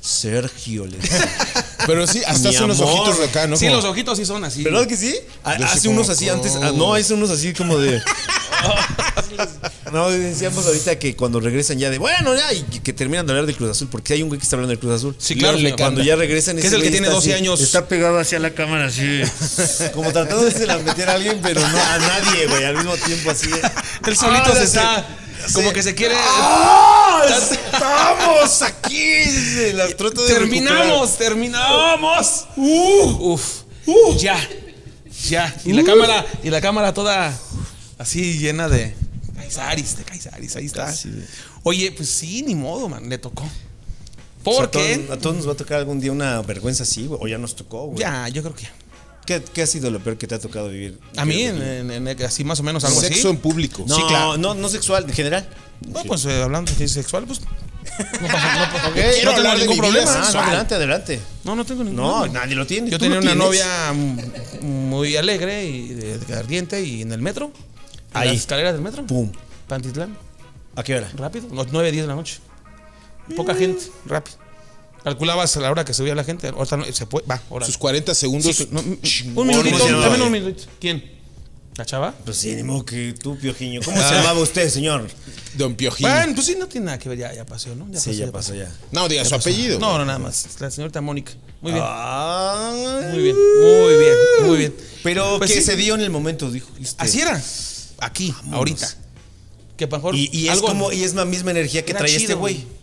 Speaker 3: Sergio le dice.
Speaker 1: [LAUGHS]
Speaker 2: Pero sí, hasta
Speaker 3: Mi
Speaker 2: hace unos
Speaker 3: amor.
Speaker 2: ojitos de acá, ¿no?
Speaker 1: Sí,
Speaker 2: Como-
Speaker 1: los ojitos sí Ah, son así.
Speaker 3: ¿Verdad que sí? A-
Speaker 2: Yo sí
Speaker 3: hace unos
Speaker 2: como,
Speaker 3: así antes.
Speaker 2: "Oh".
Speaker 3: ah, no, hace unos así como
Speaker 1: [LAUGHS]
Speaker 3: de. No, decíamos ahorita que cuando regresan ya de bueno, ya, y que terminan de hablar del Cruz Azul, porque hay un güey que está hablando del Cruz Azul.
Speaker 1: Sí, claro,
Speaker 3: Y
Speaker 1: le
Speaker 3: Cuando
Speaker 1: canta.
Speaker 3: ya regresan,
Speaker 1: Que
Speaker 3: ese
Speaker 1: es el que
Speaker 3: güey
Speaker 1: tiene
Speaker 3: está
Speaker 1: 12
Speaker 3: así,
Speaker 1: años.
Speaker 3: Está
Speaker 4: pegado hacia la cámara así.
Speaker 3: [LAUGHS] como tratando de se la meter a alguien, pero no a nadie, güey, al mismo tiempo así. de-
Speaker 1: [LAUGHS] El solito
Speaker 3: Ah,
Speaker 1: se
Speaker 3: sí.
Speaker 1: está. Como que se quiere.
Speaker 3: ¡Ah! ¡Estamos aquí! Se la trata de recuperar.
Speaker 1: Terminamos, terminamos.
Speaker 3: Uh.
Speaker 1: Uf. Ya. Ya. Y la cámara, y la cámara toda así llena de Caizaris, de Caizaris, ahí está.
Speaker 3: Así de-
Speaker 1: Oye, pues sí, ni modo, man, le tocó.
Speaker 3: O sea, a
Speaker 1: Porque
Speaker 3: todos- A todos nos va a tocar algún día una vergüenza así, güey, o ya nos tocó, güey.
Speaker 1: ya, yo creo que ya.
Speaker 3: ¿Qué, qué ha sido lo peor que te ha tocado vivir?
Speaker 1: A mí, en- en- en- así más o menos algo
Speaker 2: Sexo en
Speaker 1: así.
Speaker 2: público.
Speaker 3: No,
Speaker 1: Sí, claro.
Speaker 3: no, no sexual, en general.
Speaker 1: Bueno, pues eh, hablando de sexual, pues. No, pasa- no pasa-
Speaker 2: Quiero
Speaker 1: no tengo
Speaker 2: hablar de
Speaker 1: ningún
Speaker 2: mi vida
Speaker 1: problema.
Speaker 3: Ah, no,
Speaker 2: sexual.
Speaker 3: adelante, adelante.
Speaker 1: No, no tengo ningún
Speaker 3: No,
Speaker 1: problema.
Speaker 3: nadie lo tiene.
Speaker 1: Yo
Speaker 3: Tú lo
Speaker 1: tenía una
Speaker 3: tienes.
Speaker 1: novia mm, muy alegre y de- de ardiente y en el metro. En
Speaker 3: Ahí.
Speaker 1: las escaleras del metro.
Speaker 3: Pum.
Speaker 1: Pantitlán.
Speaker 3: ¿A qué hora?
Speaker 1: Rápido. Los 9, 10 de la noche.
Speaker 3: Mm.
Speaker 1: Poca gente. Rápido. Calculabas a la hora que subía la gente. Ahorita no- se puede. Va, ahora.
Speaker 2: Sus 40 segundos.
Speaker 1: Sí, no, mm, un
Speaker 2: Chingón,
Speaker 1: minutito.
Speaker 3: señor.
Speaker 1: Dame un minutito. ¿Quién? ¿La chava?
Speaker 3: Pues sí, ni modo que tú, Piojiño. ¿Cómo
Speaker 1: Ah.
Speaker 3: se llamaba usted, señor?
Speaker 2: Don Piojín.
Speaker 1: Bueno, pues sí, no tiene nada que ver. Ya, ya pasó, ¿no?
Speaker 3: Sí, ya pasó ya.
Speaker 2: No, diga su apellido.
Speaker 1: No, no, nada más. La señorita Mónica. Muy bien.
Speaker 3: Ah,
Speaker 1: Muy bien. Muy bien. Muy bien.
Speaker 3: Pero
Speaker 1: Pues
Speaker 3: que
Speaker 1: sí.
Speaker 3: se dio en el momento, dijo. usted.
Speaker 1: Así era. Aquí, ahorita. Que a lo mejor.
Speaker 3: Y, y es
Speaker 1: algo-
Speaker 3: como, y es la misma energía que
Speaker 1: Era
Speaker 3: trae
Speaker 1: chido,
Speaker 3: este güey.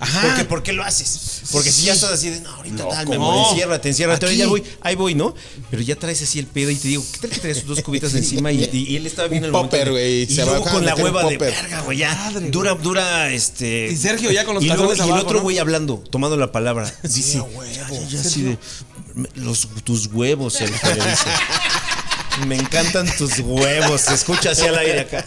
Speaker 1: Ajá.
Speaker 3: Porque, ¿Por qué lo haces? Porque si ya estás así de, no, ahorita
Speaker 1: Loco.
Speaker 3: tal, me voy,
Speaker 1: No.
Speaker 3: enciérrate, enciérrate, ahorita ya
Speaker 1: Aquí.
Speaker 3: voy, ahí voy, ¿no? Pero ya traes así el pedo y te digo, ¿qué tal que traes
Speaker 1: [LAUGHS]
Speaker 3: dos cubitas encima? Y, y- y él estaba bien
Speaker 2: Un
Speaker 3: en el momento
Speaker 2: popper,
Speaker 3: de-
Speaker 2: güey,
Speaker 3: Y
Speaker 2: se
Speaker 3: luego
Speaker 2: baja a
Speaker 3: con la
Speaker 2: meter un
Speaker 3: hueva de
Speaker 2: popper.
Speaker 3: verga, güey, ya.
Speaker 1: Madre, güey.
Speaker 3: dura, dura, este...
Speaker 1: Y Sergio ya con los
Speaker 3: y luego-
Speaker 1: calzones
Speaker 3: Y el
Speaker 1: abajo,
Speaker 3: otro
Speaker 1: ¿no?
Speaker 3: güey hablando, tomando
Speaker 1: [LAUGHS]
Speaker 3: la palabra. Sí, sí. Ya, ya así de, "Me- los, tus huevos, el que le dice. Me encantan tus huevos. Se escucha así al aire acá.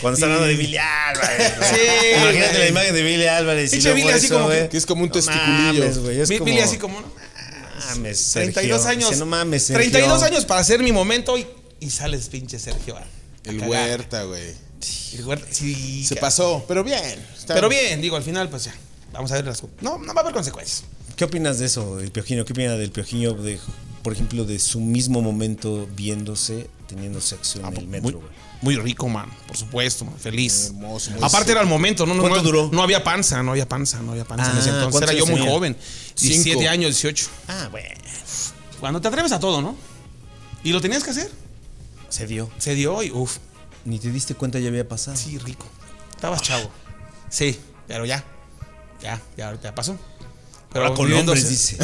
Speaker 3: Cuando está hablando de Billy Álvarez. ¿no?
Speaker 1: Sí,
Speaker 3: Imagínate
Speaker 1: güey.
Speaker 3: la imagen de Billy Álvarez. y
Speaker 1: Pinche
Speaker 3: luego
Speaker 1: Billy así
Speaker 3: eso,
Speaker 1: como que-
Speaker 3: güey.
Speaker 2: que es como un
Speaker 3: No
Speaker 2: testiculillo.
Speaker 3: mames, güey, es
Speaker 1: Mi-
Speaker 3: como,
Speaker 1: Billy así como, "Ah, no
Speaker 3: Mames, Sergio.
Speaker 1: 32 años.
Speaker 3: Dice, no mames, Sergio.
Speaker 1: 32 años para hacer mi momento y, y sales pinche Sergio. a-
Speaker 2: El
Speaker 1: a cagar.
Speaker 2: huerta, güey.
Speaker 1: El huerta. Sí,
Speaker 2: Se
Speaker 1: ca-
Speaker 2: pasó, pero bien. Está-
Speaker 1: Pero bien, digo, al final, pues ya. Vamos a ver las. co- No, no va a haber consecuencias.
Speaker 3: ¿Qué opinas de eso, el Piojiño? ¿Qué opinas del Piojiño, de, por ejemplo, de su mismo momento viéndose teniendo sexo en el metro,
Speaker 1: Ah, muy,
Speaker 3: güey?
Speaker 1: muy rico, man. Por supuesto, man, feliz.
Speaker 2: Hermoso, muy
Speaker 1: Aparte
Speaker 2: rico.
Speaker 1: era el momento, ¿no? No,
Speaker 3: ¿Cuánto
Speaker 1: no-
Speaker 3: duró?
Speaker 1: No había panza, no había panza, no había panza en
Speaker 3: Ah,
Speaker 1: ese entonces.
Speaker 3: ¿cuántos
Speaker 1: Era yo
Speaker 3: años
Speaker 1: muy
Speaker 3: tenía?
Speaker 1: joven. 17
Speaker 2: Cinco.
Speaker 1: años, 18.
Speaker 3: Ah, bueno.
Speaker 1: Cuando te atreves a todo, ¿no? Y lo tenías que hacer.
Speaker 3: Se dio.
Speaker 1: Se dio y uff,
Speaker 3: Ni te diste cuenta ya había pasado.
Speaker 1: sí, rico. Estabas chavo. Sí, pero ya. Ya, ya ahorita ya pasó. Pero
Speaker 3: Ahora con
Speaker 1: viviendo- [LAUGHS]
Speaker 3: hombres, dice.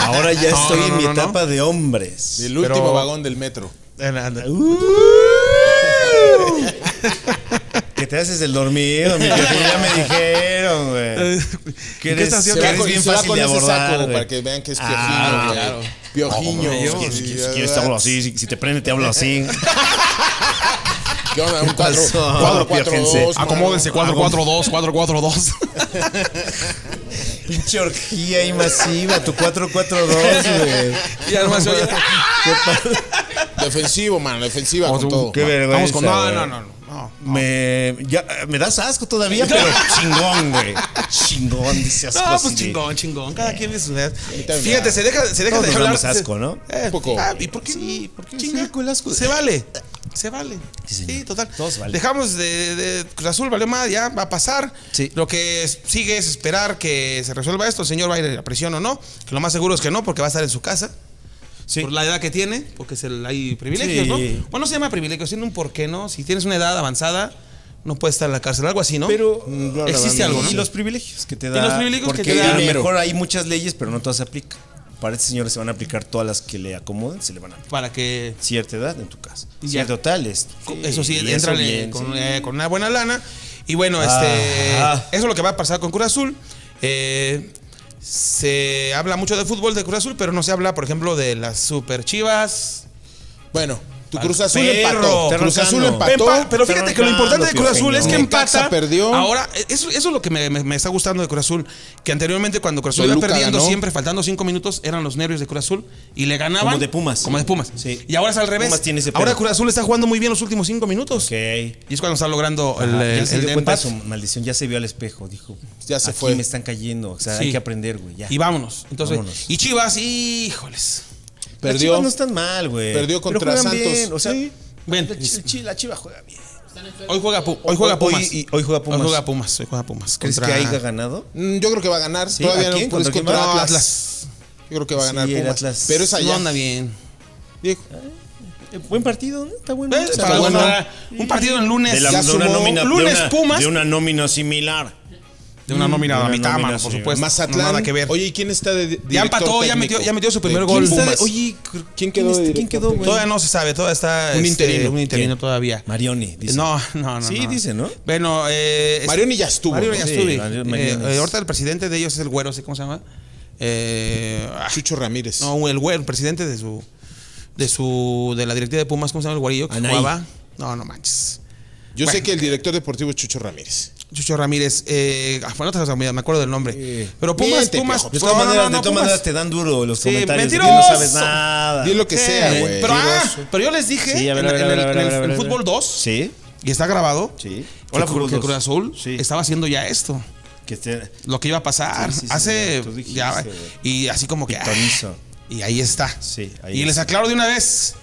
Speaker 3: Ahora ya
Speaker 1: No,
Speaker 3: estoy
Speaker 1: no,
Speaker 3: en
Speaker 1: no,
Speaker 3: mi
Speaker 1: no, no.
Speaker 3: etapa de hombres. [LAUGHS]
Speaker 2: El último
Speaker 1: Pero-
Speaker 2: vagón del metro.
Speaker 1: Anda, anda.
Speaker 3: que te haces el dormido, mi Piojiño, ya me
Speaker 1: [LAUGHS]
Speaker 3: dijeron, güey. Que
Speaker 1: ¿En qué
Speaker 3: eres,
Speaker 1: estación?
Speaker 3: que
Speaker 1: Se va
Speaker 3: eres
Speaker 1: con-
Speaker 3: bien
Speaker 2: se va
Speaker 3: fácil
Speaker 2: con
Speaker 3: de
Speaker 2: ese
Speaker 3: abordar,
Speaker 2: saco,
Speaker 3: güey.
Speaker 2: para que vean que es
Speaker 3: Ah,
Speaker 2: piojiño, güey.
Speaker 3: claro.
Speaker 2: Piojiño.
Speaker 1: Ojo, como
Speaker 3: Si quieres-
Speaker 2: Sí,
Speaker 3: si quieres te hablo así, si, si te prende te hablo así.
Speaker 2: ¿Qué onda? Un cuadro,
Speaker 3: pasó?
Speaker 2: cuadro, cuatro,
Speaker 3: Piojense.
Speaker 2: dos, mano.
Speaker 1: [LAUGHS] Acomódense, 442, [LAUGHS] 442.
Speaker 3: [LAUGHS] Pinche orgía y masiva, tu 442, güey.
Speaker 1: Y además se oye.
Speaker 2: Defensivo, mano, defensiva con todo.
Speaker 3: qué vergüenza,
Speaker 1: Vamos con. No,
Speaker 3: güey.
Speaker 1: no, no, no. no.
Speaker 3: Me, ya, eh, me das asco [LAUGHS] todavía, pero chingón, güey. Chingón, dice asco.
Speaker 1: No, pues
Speaker 3: así de-
Speaker 1: chingón, chingón. Cada quien tiene su
Speaker 2: también.
Speaker 1: Fíjate, se deja, se deja
Speaker 3: Todos
Speaker 1: de
Speaker 3: nos
Speaker 1: hablar.
Speaker 3: damos asco, ¿no?
Speaker 1: Eh,
Speaker 2: Un poco.
Speaker 1: ah, ¿Y por qué?
Speaker 3: Sí, ¿por qué?
Speaker 1: Chinga.
Speaker 3: Sí, con el asco.
Speaker 1: Se vale. Se vale.
Speaker 3: Sí,
Speaker 1: Sí,
Speaker 3: señor.
Speaker 1: total.
Speaker 3: Todos valen.
Speaker 1: Dejamos de, de Cruz Azul, valió más, ya va a pasar.
Speaker 3: Sí.
Speaker 1: Lo que es- sigue es esperar que se resuelva esto. El señor va a ir a la prisión o no. Que lo más seguro es que no, porque va a estar en su casa.
Speaker 3: Sí.
Speaker 1: Por la edad que tiene, porque se le- hay privilegios,
Speaker 3: Sí.
Speaker 1: ¿no? Bueno, no se llama privilegios, sino un por qué no. Si tienes una edad avanzada, no puedes estar en la cárcel, algo así, ¿no?
Speaker 3: Pero
Speaker 1: existe algo, ¿no?
Speaker 3: Y los privilegios que te da.
Speaker 1: los privilegios que
Speaker 3: porque
Speaker 1: te da.
Speaker 3: a lo
Speaker 1: Dinero.
Speaker 3: mejor hay muchas leyes, pero no todas se aplican. Para este señor se van a aplicar todas las que le acomoden, se le van a aplicar.
Speaker 1: Para que
Speaker 3: Cierta edad en tu casa.
Speaker 1: Ya.
Speaker 3: Cierto tal es.
Speaker 1: Eso sí,
Speaker 3: y
Speaker 1: entran eh,
Speaker 3: bien,
Speaker 1: con,
Speaker 3: sí.
Speaker 1: eh, con una buena lana. Y bueno, este
Speaker 3: Ah.
Speaker 1: eso es lo que va a pasar con Cruz Azul. Eh, se habla mucho de fútbol de Cruz Azul, pero no se habla, por ejemplo, de las Super Chivas.
Speaker 2: Bueno, tu
Speaker 1: Al
Speaker 2: Cruz Azul
Speaker 1: perro.
Speaker 2: empató.
Speaker 1: Está
Speaker 2: Cruz Azul
Speaker 3: arrancando.
Speaker 2: empató.
Speaker 1: Empa- pero fíjate que lo importante de Cruz Azul es que
Speaker 2: Necaxa
Speaker 1: empata.
Speaker 2: perdió.
Speaker 1: Ahora, eso, eso es lo que me, me- me está gustando de Cruz Azul. Que anteriormente, cuando Cruz Azul iba
Speaker 2: Toluca
Speaker 1: perdiendo,
Speaker 2: ganó.
Speaker 1: siempre faltando cinco minutos, eran los nervios de Cruz Azul y le ganaban.
Speaker 3: Como de Pumas.
Speaker 1: Como de Pumas.
Speaker 3: Sí.
Speaker 1: Y ahora es al revés.
Speaker 3: Pumas tiene ese
Speaker 1: ahora
Speaker 3: pedo.
Speaker 1: Cruz Azul está jugando muy bien los últimos cinco minutos.
Speaker 3: Ok.
Speaker 1: Y es cuando está logrando el,
Speaker 3: Ajá,
Speaker 1: el-
Speaker 3: ya se
Speaker 1: el
Speaker 3: dio cuenta de
Speaker 1: empate.
Speaker 3: su maldición, ya se vio al espejo, dijo.
Speaker 2: Ya se
Speaker 3: aquí
Speaker 2: fue.
Speaker 3: me están cayendo, o sea,
Speaker 1: Sí.
Speaker 3: hay que aprender, güey, ya.
Speaker 1: Y vámonos. Entonces,
Speaker 3: Vámonos.
Speaker 1: y Chivas, híjoles.
Speaker 3: Las
Speaker 2: Perdió.
Speaker 3: Chivas no están mal, güey.
Speaker 2: Perdió
Speaker 3: Pero
Speaker 2: contra
Speaker 3: juegan
Speaker 2: Santos.
Speaker 3: bien, o sea,
Speaker 2: Sí.
Speaker 1: Ven.
Speaker 3: la, Chi- Chi- la Chiva juega bien.
Speaker 1: Hoy juega, Pu- hoy juega
Speaker 3: Hoy-
Speaker 1: Pumas.
Speaker 3: hoy- y- hoy juega Pumas.
Speaker 1: Hoy juega Pumas. Hoy juega Pumas.
Speaker 3: ¿Crees
Speaker 1: Contra-
Speaker 3: que haya ganado?
Speaker 2: Mm, Yo creo que va a ganar.
Speaker 3: Sí,
Speaker 2: Todavía
Speaker 3: ¿a
Speaker 2: no
Speaker 3: quién?
Speaker 2: pues,
Speaker 3: ¿Contra quién
Speaker 2: contra
Speaker 3: va?
Speaker 2: Atlas.
Speaker 1: Atlas.
Speaker 2: Yo creo que va a
Speaker 3: Sí,
Speaker 2: ganar
Speaker 3: el
Speaker 2: Pumas.
Speaker 3: Atlas.
Speaker 2: Pero es
Speaker 1: No
Speaker 2: allá.
Speaker 1: anda bien.
Speaker 2: Diego,
Speaker 3: Eh, Buen partido, ¿no? Está bueno.
Speaker 1: Eh,
Speaker 3: Está
Speaker 1: para
Speaker 2: bueno.
Speaker 1: ganar un partido en lunes.
Speaker 3: De, la,
Speaker 1: ya
Speaker 3: de una
Speaker 1: sumó.
Speaker 3: nómina,
Speaker 1: lunes
Speaker 3: de una,
Speaker 1: Pumas.
Speaker 3: de una nómina similar.
Speaker 1: De una nómina a la
Speaker 3: una
Speaker 1: mitad,
Speaker 3: nómina,
Speaker 1: mano, por
Speaker 3: sí.
Speaker 1: supuesto.
Speaker 2: Mazatlán.
Speaker 1: No, nada que ver.
Speaker 2: Oye, ¿y quién está de di-
Speaker 1: Ya
Speaker 2: director
Speaker 1: empató, ya
Speaker 2: técnico?
Speaker 1: metió- ya metió su primer
Speaker 2: ¿De
Speaker 1: gol.
Speaker 2: quién está de-
Speaker 1: Pumas.
Speaker 2: Oye,
Speaker 3: cr-
Speaker 2: ¿Quién quedó
Speaker 3: está-
Speaker 2: de
Speaker 3: ¿Quién
Speaker 2: director
Speaker 3: quedó, güey?
Speaker 1: todavía no se sabe, todavía está
Speaker 2: Un
Speaker 1: este,
Speaker 2: interino.
Speaker 1: Un interino
Speaker 3: ¿Quién?
Speaker 1: todavía.
Speaker 3: Marioni, dice.
Speaker 1: No, no, no.
Speaker 3: Sí, dice, ¿no?
Speaker 1: Bueno, eh, es-
Speaker 2: Marioni ya estuvo,
Speaker 1: Marioni
Speaker 2: ¿no?
Speaker 1: ya
Speaker 3: Sí,
Speaker 1: estuvo.
Speaker 3: Marioni-
Speaker 1: Eh,
Speaker 3: Marioni
Speaker 1: eh,
Speaker 3: es-
Speaker 1: ahorita el presidente de ellos es el güero, ¿sí? ¿cómo se llama? Eh, ah,
Speaker 2: Chucho Ramírez.
Speaker 1: no, el güero, el presidente de su. de su de la directiva de Pumas, ¿cómo se llama el guarillo que
Speaker 3: Anaí.
Speaker 1: jugaba? No, no manches.
Speaker 2: Yo sé
Speaker 1: Bueno.
Speaker 2: que el director deportivo es Chucho Ramírez.
Speaker 1: Chucho Ramírez, eh, ah, bueno, otra cosa, mira, me acuerdo del nombre. Pero Pumas,
Speaker 2: Miente,
Speaker 1: Pumas,
Speaker 2: piojo.
Speaker 3: De
Speaker 1: no,
Speaker 3: todas
Speaker 1: no,
Speaker 3: maneras,
Speaker 1: no, no,
Speaker 3: de todas
Speaker 1: Pumas.
Speaker 3: maneras te dan duro los
Speaker 1: Sí,
Speaker 3: comentarios de que no sabes
Speaker 1: mentiroso.
Speaker 3: nada.
Speaker 2: Di lo que sea,
Speaker 1: Sí,
Speaker 2: güey.
Speaker 1: Pero, ah,
Speaker 3: Mentiroso.
Speaker 1: pero yo les dije
Speaker 3: Sí, a ver,
Speaker 1: en, en
Speaker 3: a ver,
Speaker 1: el,
Speaker 3: a ver,
Speaker 1: en el-
Speaker 3: a ver, a ver,
Speaker 1: en
Speaker 3: a ver.
Speaker 1: Fútbol 2,
Speaker 3: Sí,
Speaker 1: y está grabado,
Speaker 3: sí.
Speaker 1: que, Cruz, que
Speaker 3: Dos.
Speaker 1: Cruz Azul
Speaker 3: Sí.
Speaker 1: estaba haciendo ya esto,
Speaker 3: Que esté
Speaker 1: lo que iba a pasar.
Speaker 3: Sí, sí, sí,
Speaker 1: hace.
Speaker 3: tú dijiste,
Speaker 1: ya,
Speaker 3: güey.
Speaker 1: y así como que. ah,
Speaker 3: pitonizo.
Speaker 1: y ahí está.
Speaker 3: Sí, ahí
Speaker 1: y les
Speaker 3: está.
Speaker 1: aclaro de una vez: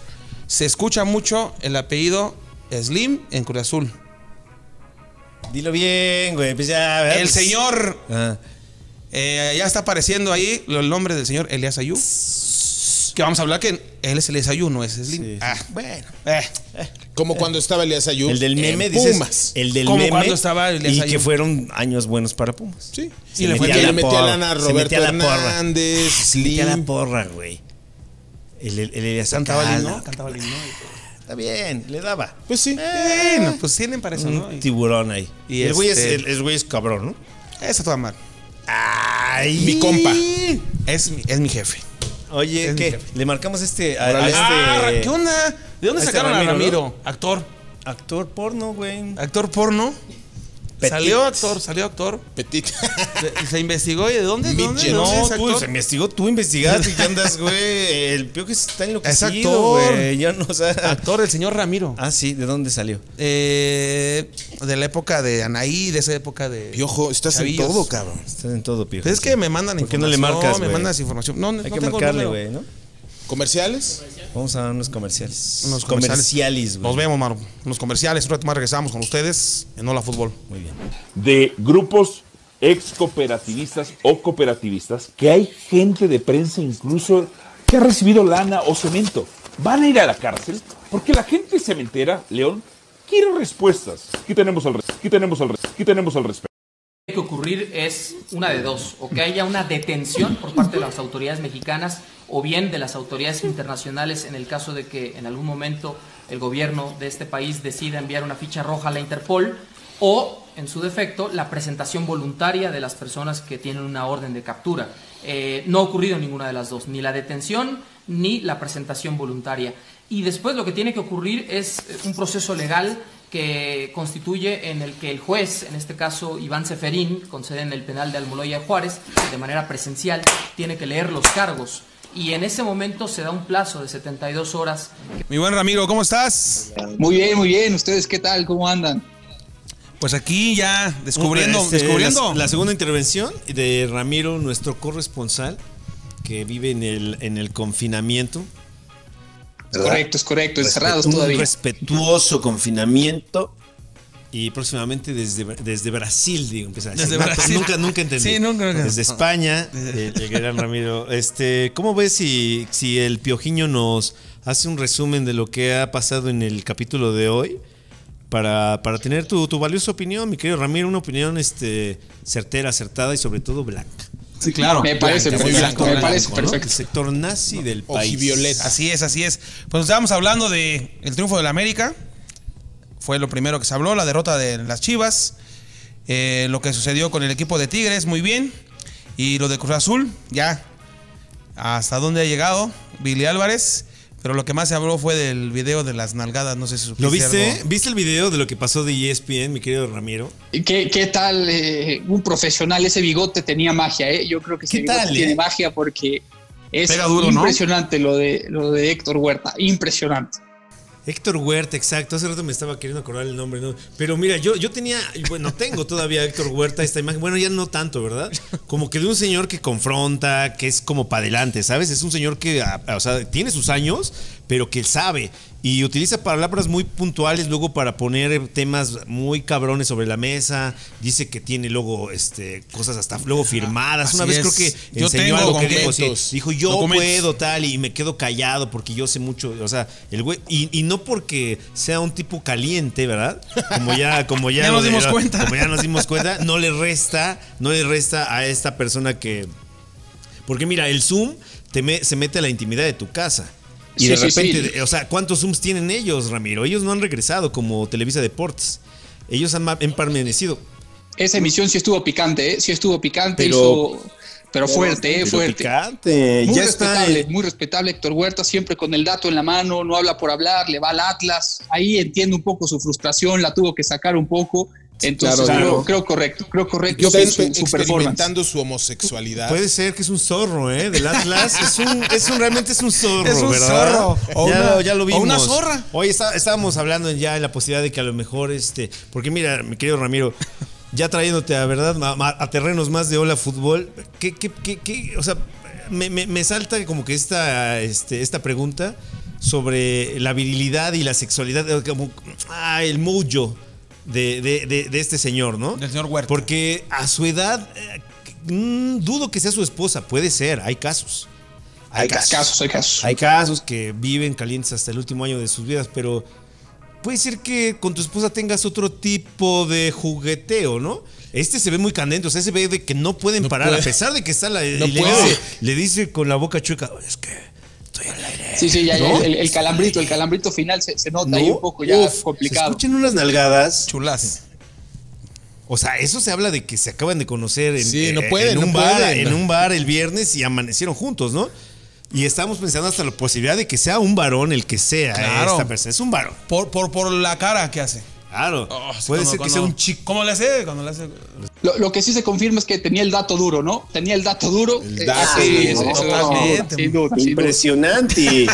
Speaker 1: se escucha mucho el apellido Slim en Cruz Azul.
Speaker 3: Dilo bien, güey. Pues ya, ¿verdad?
Speaker 1: El
Speaker 3: Pues-
Speaker 1: señor.
Speaker 3: Ah.
Speaker 1: eh, ya está apareciendo ahí el nombre del señor Elias Ayú. Que vamos a hablar que él es el desayuno, es Slim.
Speaker 3: Sí, sí.
Speaker 1: Ah,
Speaker 3: Bueno.
Speaker 1: eh.
Speaker 2: Como cuando estaba Elías Ayub.
Speaker 3: El del meme,
Speaker 2: en
Speaker 3: dices.
Speaker 2: Pumas.
Speaker 3: El del
Speaker 1: Como
Speaker 3: meme.
Speaker 1: cuando estaba el
Speaker 3: y
Speaker 1: desayuno.
Speaker 3: que fueron años buenos para Pumas.
Speaker 2: Sí.
Speaker 1: Y le
Speaker 2: Porque
Speaker 1: metía
Speaker 2: le
Speaker 1: la
Speaker 2: metía
Speaker 3: porra,
Speaker 2: lana a
Speaker 3: se
Speaker 2: Roberto
Speaker 3: metía la porra.
Speaker 2: Hernández,
Speaker 3: Se metía la
Speaker 2: Slim.
Speaker 3: porra, güey. El, el, el Elías
Speaker 1: Cantaba
Speaker 3: Acala.
Speaker 1: el himno, cantaba el himno.
Speaker 3: Está bien, le daba.
Speaker 2: Pues sí.
Speaker 1: Bueno, pues tienen para eso, ¿no?
Speaker 3: Un tiburón ahí.
Speaker 1: Y
Speaker 3: el, güey es,
Speaker 1: este-
Speaker 3: el, el güey es cabrón, ¿no?
Speaker 1: Eso toda mal.
Speaker 3: Ay.
Speaker 2: Mi compa.
Speaker 3: Ah.
Speaker 1: Es mi, es mi jefe.
Speaker 3: Este, Oye,
Speaker 1: Es mi
Speaker 3: ¿qué?
Speaker 1: jefe.
Speaker 3: Le marcamos este, a,
Speaker 2: Órale.
Speaker 3: a este
Speaker 1: Ah, ¿Qué onda? ¿De dónde
Speaker 3: Este
Speaker 1: sacaron a
Speaker 3: Ramiro,
Speaker 1: Ramiro? Actor.
Speaker 3: actor porno, güey.
Speaker 1: Actor porno.
Speaker 3: Petit.
Speaker 1: Salió actor, salió actor. [LAUGHS]
Speaker 2: Petit.
Speaker 1: Se, se investigó y de dónde, ¿De dónde, de dónde
Speaker 2: Midget.
Speaker 3: No, pues,
Speaker 1: es
Speaker 3: tú
Speaker 1: actor?
Speaker 3: se investigó, tú investigaste y qué andas, güey. El pio que está
Speaker 1: Es
Speaker 3: enloquecido,
Speaker 1: actor.
Speaker 3: güey. Yo no, o sea-
Speaker 1: Actor, el señor Ramiro.
Speaker 3: Ah, sí, ¿de dónde salió?
Speaker 1: Eh, de la época de Anaí, de esa época de.
Speaker 2: Piojo, estás
Speaker 1: Chavillos.
Speaker 2: en todo, cabrón.
Speaker 3: Estás en todo, pio.
Speaker 1: Pues Es que me mandan
Speaker 3: ¿Por qué no le
Speaker 1: información,
Speaker 3: marcas,
Speaker 1: me
Speaker 3: güey?
Speaker 1: mandas información. No,
Speaker 3: Hay
Speaker 1: no
Speaker 3: que
Speaker 1: tengo
Speaker 3: marcarle,
Speaker 1: número.
Speaker 3: güey, ¿no?
Speaker 2: ¿Comerciales?
Speaker 3: Vamos a unos comerciales.
Speaker 1: Unos
Speaker 3: comerciales,
Speaker 1: Nos
Speaker 3: güey.
Speaker 1: vemos, Maro. Unos comerciales. Un rato más regresamos con ustedes en Hola Fútbol.
Speaker 3: Muy bien.
Speaker 4: de grupos ex cooperativistas o cooperativistas que hay gente de prensa incluso que ha recibido lana o cemento. ¿Van a ir a la cárcel? Porque la gente cementera, León, quiere respuestas. Aquí tenemos al, res- aquí tenemos al, res- aquí tenemos al respecto.
Speaker 5: que ocurrir es una de dos, o que haya una detención por parte de las autoridades mexicanas o bien de las autoridades internacionales en el caso de que en algún momento el gobierno de este país decida enviar una ficha roja a la Interpol o en su defecto la presentación voluntaria de las personas que tienen una orden de captura. Eh, no ha ocurrido ninguna de las dos, ni la detención ni la presentación voluntaria. Y después lo que tiene que ocurrir es eh, un proceso legal que constituye en el que el juez, en este caso Iván Seferín, con sede en el penal de Almoloya de Juárez, de manera presencial, tiene que leer los cargos. Y en ese momento se da un plazo de 72 horas
Speaker 1: Mi buen Ramiro, ¿cómo estás?
Speaker 6: Muy bien, muy bien. ¿Ustedes qué tal? ¿Cómo andan?
Speaker 1: Pues aquí ya descubriendo,
Speaker 3: Este,
Speaker 1: descubriendo.
Speaker 3: La, la segunda intervención de Ramiro, nuestro corresponsal, que vive en el, en el confinamiento.
Speaker 6: Correctos, correctos. Encerrados
Speaker 3: Respetu-
Speaker 6: todavía.
Speaker 3: respetuoso confinamiento. Y próximamente desde, desde Brasil, digo, empieza a decir.
Speaker 1: Desde
Speaker 3: No, pues
Speaker 1: Brasil.
Speaker 3: Nunca, nunca entendí.
Speaker 1: Sí, nunca, nunca.
Speaker 3: Desde España, eh, el, el gran Ramiro. Este, ¿Cómo ves si, si el Piojiño nos hace un resumen de lo que ha pasado en el capítulo de hoy? Para, para tener tu, tu valiosa opinión, mi querido Ramiro, una opinión este, certera, acertada y sobre todo blanca.
Speaker 1: Sí, claro.
Speaker 6: Me parece
Speaker 1: Blanco,
Speaker 6: perfecto,
Speaker 1: blanco,
Speaker 6: me
Speaker 1: blanco,
Speaker 6: parece
Speaker 1: ¿no?
Speaker 6: perfecto.
Speaker 3: El sector nazi del país.
Speaker 2: Ojivioleta.
Speaker 1: Así es, así es. Pues estábamos hablando de el triunfo de la América. Fue lo primero que se habló, la derrota de las Chivas. Eh, lo que sucedió con el equipo de Tigres, muy bien. Y lo de Cruz Azul, ya. Hasta dónde ha llegado Billy Álvarez. Pero lo que más se habló fue del video de las nalgadas. No sé si supiste
Speaker 3: ¿Lo viste?
Speaker 1: algo.
Speaker 3: ¿Viste el video de lo que pasó de E ESPN, mi querido Ramiro?
Speaker 6: ¿Qué, qué tal eh, un profesional? Ese bigote tenía magia, ¿eh? Yo creo que ese
Speaker 3: ¿Qué
Speaker 6: bigote
Speaker 3: tal, eh?
Speaker 6: tiene magia porque es
Speaker 1: Pega duro, ¿no?
Speaker 6: impresionante lo, de, lo de Héctor Huerta. Impresionante.
Speaker 3: Héctor Huerta, exacto. Hace rato me estaba queriendo acordar el nombre, ¿no? Pero mira, yo, yo tenía, bueno, tengo todavía a Héctor Huerta esta imagen. Bueno, ya no tanto, ¿verdad? Como que de un señor que confronta, que es como para adelante, ¿sabes? Es un señor que, a- a- o sea, tiene sus años, pero que sabe. Y utiliza palabras muy puntuales luego para poner temas muy cabrones sobre la mesa. Dice que tiene luego este, cosas hasta luego firmadas.
Speaker 1: Así
Speaker 3: Una vez
Speaker 1: es.
Speaker 3: creo que
Speaker 1: Yo tengo
Speaker 3: algo que dijo,
Speaker 1: documentos.
Speaker 3: sí, dijo, yo
Speaker 1: Documentos.
Speaker 3: puedo pedo, tal y me quedo callado porque yo sé mucho, o sea, el güey y, y no porque sea un tipo caliente, ¿verdad? Como ya como
Speaker 1: [LAUGHS]
Speaker 3: ya,
Speaker 1: Ya
Speaker 3: lo
Speaker 1: nos dimos cuenta.
Speaker 3: Como ya nos dimos cuenta, no le resta, no le resta a esta persona que porque mira, el Zoom te me- se mete a la intimidad de tu casa. Y
Speaker 6: Sí,
Speaker 3: de
Speaker 6: sí, sí.
Speaker 3: repente, de- o sea, ¿cuántos Zooms tienen ellos, Ramiro? Ellos no han regresado como Televisa Deportes. Ellos han ma- han permanecido.
Speaker 6: Esa emisión sí estuvo picante, ¿eh? Sí estuvo picante.
Speaker 3: Pero-
Speaker 6: hizo Pero fuerte, eh,
Speaker 3: Pero
Speaker 6: fuerte.
Speaker 3: picante,
Speaker 6: Muy
Speaker 3: ya está.
Speaker 6: respetable,
Speaker 3: eh,
Speaker 6: muy respetable Héctor Huerta, siempre con el dato en la mano, no habla por hablar, le va al Atlas. Ahí entiendo un poco su frustración, la tuvo que sacar un poco. Entonces,
Speaker 7: claro,
Speaker 6: creo,
Speaker 7: claro.
Speaker 6: creo correcto, creo correcto.
Speaker 2: Yo
Speaker 6: su-
Speaker 2: pienso
Speaker 6: su, su performance.
Speaker 2: experimentando su homosexualidad.
Speaker 3: Puede ser que es un zorro, ¿eh? Del Atlas. [LAUGHS] Es un, es un- realmente es un zorro,
Speaker 1: Es un
Speaker 3: ¿verdad?
Speaker 1: zorro. O
Speaker 3: ya,
Speaker 1: una-
Speaker 3: ya lo
Speaker 1: o
Speaker 3: vimos.
Speaker 1: una zorra.
Speaker 3: Hoy está- estábamos hablando ya de la posibilidad de que a lo mejor este. Porque mira, mi querido Ramiro, ya trayéndote a verdad ma- ma- a, terrenos más de hola fútbol, ¿qué, qué- qué- qué- o sea, me, me- me salta como que esta, este, esta pregunta sobre la virilidad y la sexualidad, eh, como ah, el mojo de, de- de- de este señor, ¿no?
Speaker 1: Del señor Huerta.
Speaker 3: Porque a su edad, eh, mm, dudo que sea su esposa, puede ser, hay casos.
Speaker 6: Hay casos, hay casos.
Speaker 3: Hay casos que viven calientes hasta el último año de sus vidas, pero puede ser que con tu esposa tengas otro tipo de jugueteo, ¿no? Este se ve muy candente, o sea, se ve de que no pueden parar, a pesar de que está la. y le,
Speaker 2: puede.
Speaker 3: dice, le dice con la boca chueca, es que estoy al aire.
Speaker 6: Sí, sí, ya, ya,
Speaker 3: ¿No?
Speaker 6: el, el calambrito, el calambrito final se, se nota ahí
Speaker 3: ¿No?
Speaker 6: un poco ya
Speaker 3: Uf, Se
Speaker 6: complicado.
Speaker 3: escuchan unas nalgadas.
Speaker 1: Chulas.
Speaker 3: O sea, eso se habla de que se acaban de conocer en,
Speaker 2: Sí, no
Speaker 3: eh,
Speaker 2: pueden,
Speaker 3: en un
Speaker 2: no
Speaker 3: bar,
Speaker 2: pueden.
Speaker 3: en un bar el viernes y amanecieron juntos, ¿no? Y estamos pensando hasta la posibilidad de que sea un varón el que sea
Speaker 1: Claro.
Speaker 3: esta persona. Es un varón.
Speaker 1: Por, por, por la cara que hace.
Speaker 3: Claro.
Speaker 1: Oh, sí,
Speaker 3: Puede
Speaker 1: cuando-
Speaker 3: ser que
Speaker 1: cuando-
Speaker 3: sea un chico.
Speaker 1: ¿Cómo le hace? Cuando le hace.
Speaker 6: Lo, lo que sí se confirma es que tenía el dato duro, ¿no? Tenía el dato duro. Eh,
Speaker 2: dato
Speaker 6: sí,
Speaker 2: duro,
Speaker 6: eso- eso-
Speaker 1: totalmente.
Speaker 6: sin duda, sin duda.
Speaker 3: [LAUGHS] Impresionante.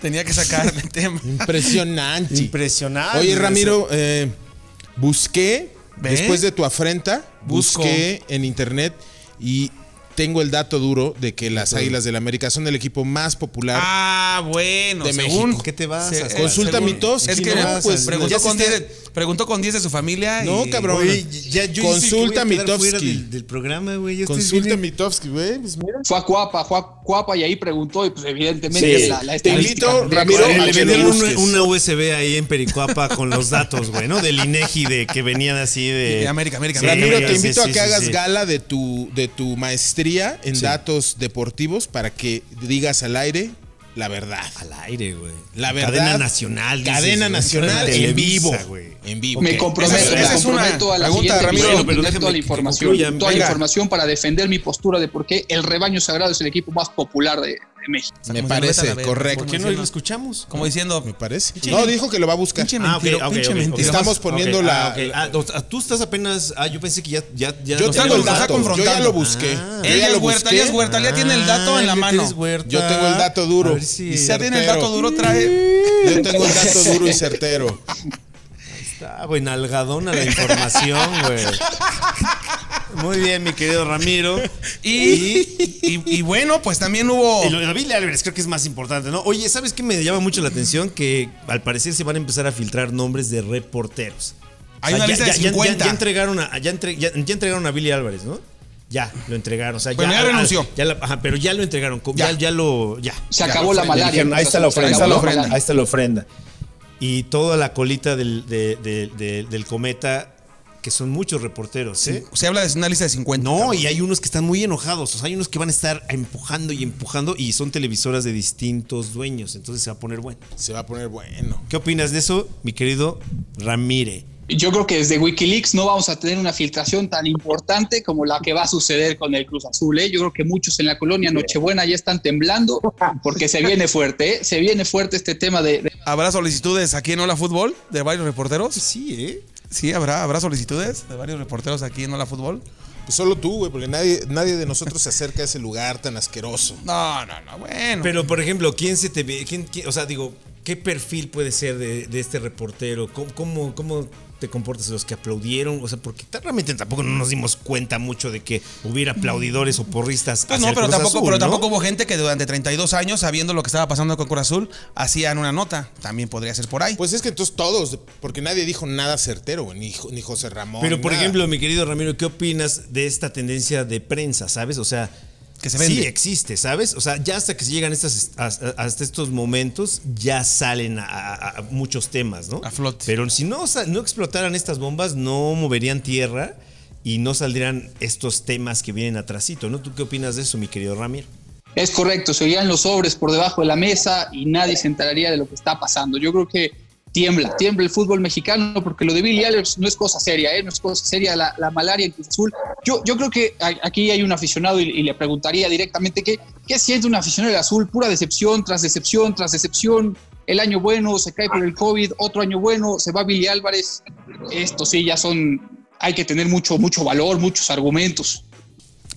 Speaker 1: Tenía que sacar el [LAUGHS] tema.
Speaker 2: Impresionante.
Speaker 3: Impresionante.
Speaker 2: Oye, Ramiro, eh, busqué,
Speaker 1: ¿Ve?
Speaker 2: después de tu afrenta,
Speaker 1: Busco.
Speaker 2: busqué en internet y tengo el dato duro de que las Águilas del América son el equipo más popular.
Speaker 1: Ah, bueno.
Speaker 2: De
Speaker 1: según,
Speaker 2: México.
Speaker 3: ¿Qué te vas a
Speaker 1: se-
Speaker 3: hacer?
Speaker 2: Consulta
Speaker 1: según-
Speaker 2: mi tos,
Speaker 1: Es
Speaker 2: si
Speaker 1: que
Speaker 2: no vas,
Speaker 1: pues,
Speaker 2: no.
Speaker 1: preguntó,
Speaker 2: Ya
Speaker 1: con
Speaker 2: asistí-
Speaker 1: 10 de- preguntó con 10 de su familia.
Speaker 2: No,
Speaker 1: y-
Speaker 2: cabrón.
Speaker 3: Oye, ya yo hice que
Speaker 2: Consulta
Speaker 3: voy a
Speaker 2: Mitofsky.
Speaker 3: quedar fuera Del, este del programa, güey. Yo estoy
Speaker 2: Consulta
Speaker 3: bien-
Speaker 2: Mitofsky, güey. pues mira.
Speaker 6: Fue a Cuapa, fue a Cuapa y ahí preguntó y pues evidentemente
Speaker 2: Sí.
Speaker 6: es la, la
Speaker 2: Te
Speaker 6: estadística.
Speaker 2: invito,
Speaker 6: de-
Speaker 2: Ramiro,
Speaker 3: Le
Speaker 2: a que lo
Speaker 3: vendieron
Speaker 2: busques.
Speaker 3: una, una USB ahí en Pericuapa con los datos, güey, ¿no? Del INEGI de que venían así de.
Speaker 1: De América, América, América.
Speaker 2: Ramiro, te
Speaker 3: sí,
Speaker 2: invito
Speaker 3: sí,
Speaker 2: a que
Speaker 3: sí,
Speaker 2: hagas
Speaker 3: sí.
Speaker 2: gala de tu, de tu maestría en datos deportivos para que digas al aire la verdad.
Speaker 3: Al aire, güey.
Speaker 2: La verdad.
Speaker 3: Cadena nacional. dices,
Speaker 2: Cadena
Speaker 3: güey.
Speaker 2: nacional en
Speaker 3: Televisa,
Speaker 2: vivo.
Speaker 3: güey.
Speaker 2: En vivo.
Speaker 6: Me
Speaker 2: Ok.
Speaker 6: comprometo,
Speaker 1: Esa-
Speaker 6: me
Speaker 1: esa es una
Speaker 6: comprometo a la
Speaker 1: pregunta,
Speaker 6: siguiente
Speaker 1: Ramiro,
Speaker 6: emisión,
Speaker 3: pero
Speaker 6: tener
Speaker 3: déjeme
Speaker 6: toda la
Speaker 3: que- que
Speaker 6: información,
Speaker 3: concluya.
Speaker 6: toda la
Speaker 1: Venga.
Speaker 6: información para defender mi postura de por qué el rebaño sagrado es el equipo más popular de, de México.
Speaker 1: O sea,
Speaker 2: Me
Speaker 1: como diciendo,
Speaker 2: parece
Speaker 1: "Vete a la verga", como
Speaker 2: correcto.
Speaker 3: ¿Por qué no
Speaker 1: diciendo-
Speaker 3: lo escuchamos?
Speaker 1: Como diciendo,
Speaker 2: Me parece.
Speaker 1: Pinche
Speaker 2: No,
Speaker 1: mentira.
Speaker 2: dijo que lo va a buscar.
Speaker 1: pinche
Speaker 3: Ah, ok,
Speaker 1: mentira,
Speaker 3: ok,
Speaker 1: pinche
Speaker 3: ok,
Speaker 1: mentira.
Speaker 3: ok.
Speaker 2: Estamos poniendo
Speaker 3: Ok,
Speaker 2: la-
Speaker 3: ah, ok. Ah, o sea, tú estás apenas. Ah, yo pensé que ya. ya, ya
Speaker 2: Yo
Speaker 3: no
Speaker 1: está
Speaker 2: tengo el
Speaker 1: con- está
Speaker 2: dato. Yo ya
Speaker 1: confrontando.
Speaker 2: lo busqué.
Speaker 3: Ah.
Speaker 2: Yo
Speaker 1: Él
Speaker 2: ya
Speaker 1: es
Speaker 2: lo
Speaker 1: Huerta, él es
Speaker 2: busqué.
Speaker 1: Huerta, él ya tiene el dato en la
Speaker 3: ya
Speaker 1: mano.
Speaker 3: tienes Huerta.
Speaker 2: Yo tengo el dato duro.
Speaker 3: A ver si-
Speaker 1: Y ya tiene el
Speaker 2: certero.
Speaker 1: dato duro, trae.
Speaker 2: Yo tengo el dato duro y certero.
Speaker 3: Ah, güey, nalgadona la información, güey. [LAUGHS] Muy bien, mi querido Ramiro.
Speaker 1: Y, y, y bueno, pues también hubo.
Speaker 3: Y lo de la Billie Álvarez creo que es más importante, ¿no? Oye, ¿sabes qué me llama mucho la atención? Que al parecer se van a empezar a filtrar nombres de reporteros.
Speaker 1: Hay una
Speaker 3: ya-
Speaker 1: lista de
Speaker 3: ya- ya- ya-
Speaker 1: 50.
Speaker 3: Ya, entregaron a, ya, entre- ya- ya entregaron a Billy Álvarez, ¿no? Ya, lo entregaron. O sea,
Speaker 1: Bueno, ya
Speaker 3: ah,
Speaker 1: renunció.
Speaker 3: ya la- ajá, pero ya lo entregaron. co- Ya,
Speaker 1: Ya.
Speaker 3: ya lo. Ya.
Speaker 6: Se acabó la malaria.
Speaker 3: dijeron, ahí está la
Speaker 6: Se
Speaker 3: ofrenda.
Speaker 6: acabó
Speaker 3: Ahí está la
Speaker 1: ofrenda.
Speaker 6: malaria.
Speaker 3: Ahí está la ofrenda. Y toda la colita del, de- de- de- del cometa, que son muchos reporteros, ¿eh?
Speaker 1: Se habla de una lista de 50.
Speaker 3: No,
Speaker 1: cabrón.
Speaker 3: y hay unos que están muy enojados. O sea, hay unos que van a estar empujando y empujando y son televisoras de distintos dueños. Entonces se va a poner bueno.
Speaker 2: Se va a poner bueno.
Speaker 3: ¿Qué opinas de eso, mi querido Ramire?
Speaker 6: Yo creo que desde Wikileaks no vamos a tener una filtración tan importante como la que va a suceder con el Cruz Azul. ¿eh? Yo creo que muchos en la colonia Nochebuena ya están temblando porque se viene fuerte, ¿eh? se viene fuerte este tema de, de-
Speaker 1: ¿Habrá solicitudes aquí en Hola Fútbol de varios reporteros?
Speaker 3: Sí, ¿eh?
Speaker 1: Sí, habrá, habrá solicitudes de varios reporteros aquí en Hola Fútbol.
Speaker 2: Pues solo tú, güey, porque nadie, nadie de nosotros se acerca a ese lugar tan asqueroso.
Speaker 1: No, no, no, bueno.
Speaker 3: Pero, por ejemplo, ¿quién se te ve? ¿Quién, quién- o sea, digo, ¿qué perfil puede ser de, de este reportero? ¿Cómo, cómo, cómo te comportas? ¿Los que aplaudieron? O sea, porque ta- realmente tampoco nos dimos cuenta mucho de que hubiera aplaudidores o porristas.
Speaker 1: Pues
Speaker 3: hacia
Speaker 1: no,
Speaker 3: el
Speaker 1: pero
Speaker 3: Cruz
Speaker 1: tampoco,
Speaker 3: Azul,
Speaker 1: pero
Speaker 3: ¿no?
Speaker 1: tampoco hubo gente que durante 32 años, sabiendo lo que estaba pasando con Cruz Azul, hacían una nota. También podría ser por ahí.
Speaker 2: Pues es que entonces todos, porque nadie dijo nada certero, güey, ni, Jo- ni José Ramón.
Speaker 3: Pero por
Speaker 2: nada.
Speaker 3: ejemplo, mi querido Ramiro, ¿qué opinas de esta tendencia de prensa, sabes? O sea,
Speaker 1: Que se vende.
Speaker 3: Sí existe, ¿sabes? O sea, ya hasta que se llegan estas, hasta hasta estos momentos, ya salen a, a- a muchos temas, ¿no?
Speaker 1: A flote.
Speaker 3: Pero si no, sa- no explotaran estas bombas, no moverían tierra y no saldrían estos temas que vienen atrasito, ¿no? ¿Tú qué opinas de eso, mi querido Ramiro?
Speaker 6: Es correcto, se oían los sobres por debajo de la mesa y nadie se enteraría de lo que está pasando. Yo creo que tiembla, tiembla el fútbol mexicano porque lo de Billy Allers no es cosa seria, ¿eh? no es cosa seria la, la malaria en Cruz Azul. Yo, yo creo que a- aquí hay un aficionado y, y le preguntaría directamente qué, qué siente un aficionado del azul, pura decepción tras decepción tras decepción. El año bueno se cae por el COVID, otro año bueno, se va Billy Álvarez. Esto sí, ya son. Hay que tener mucho, mucho valor, muchos argumentos.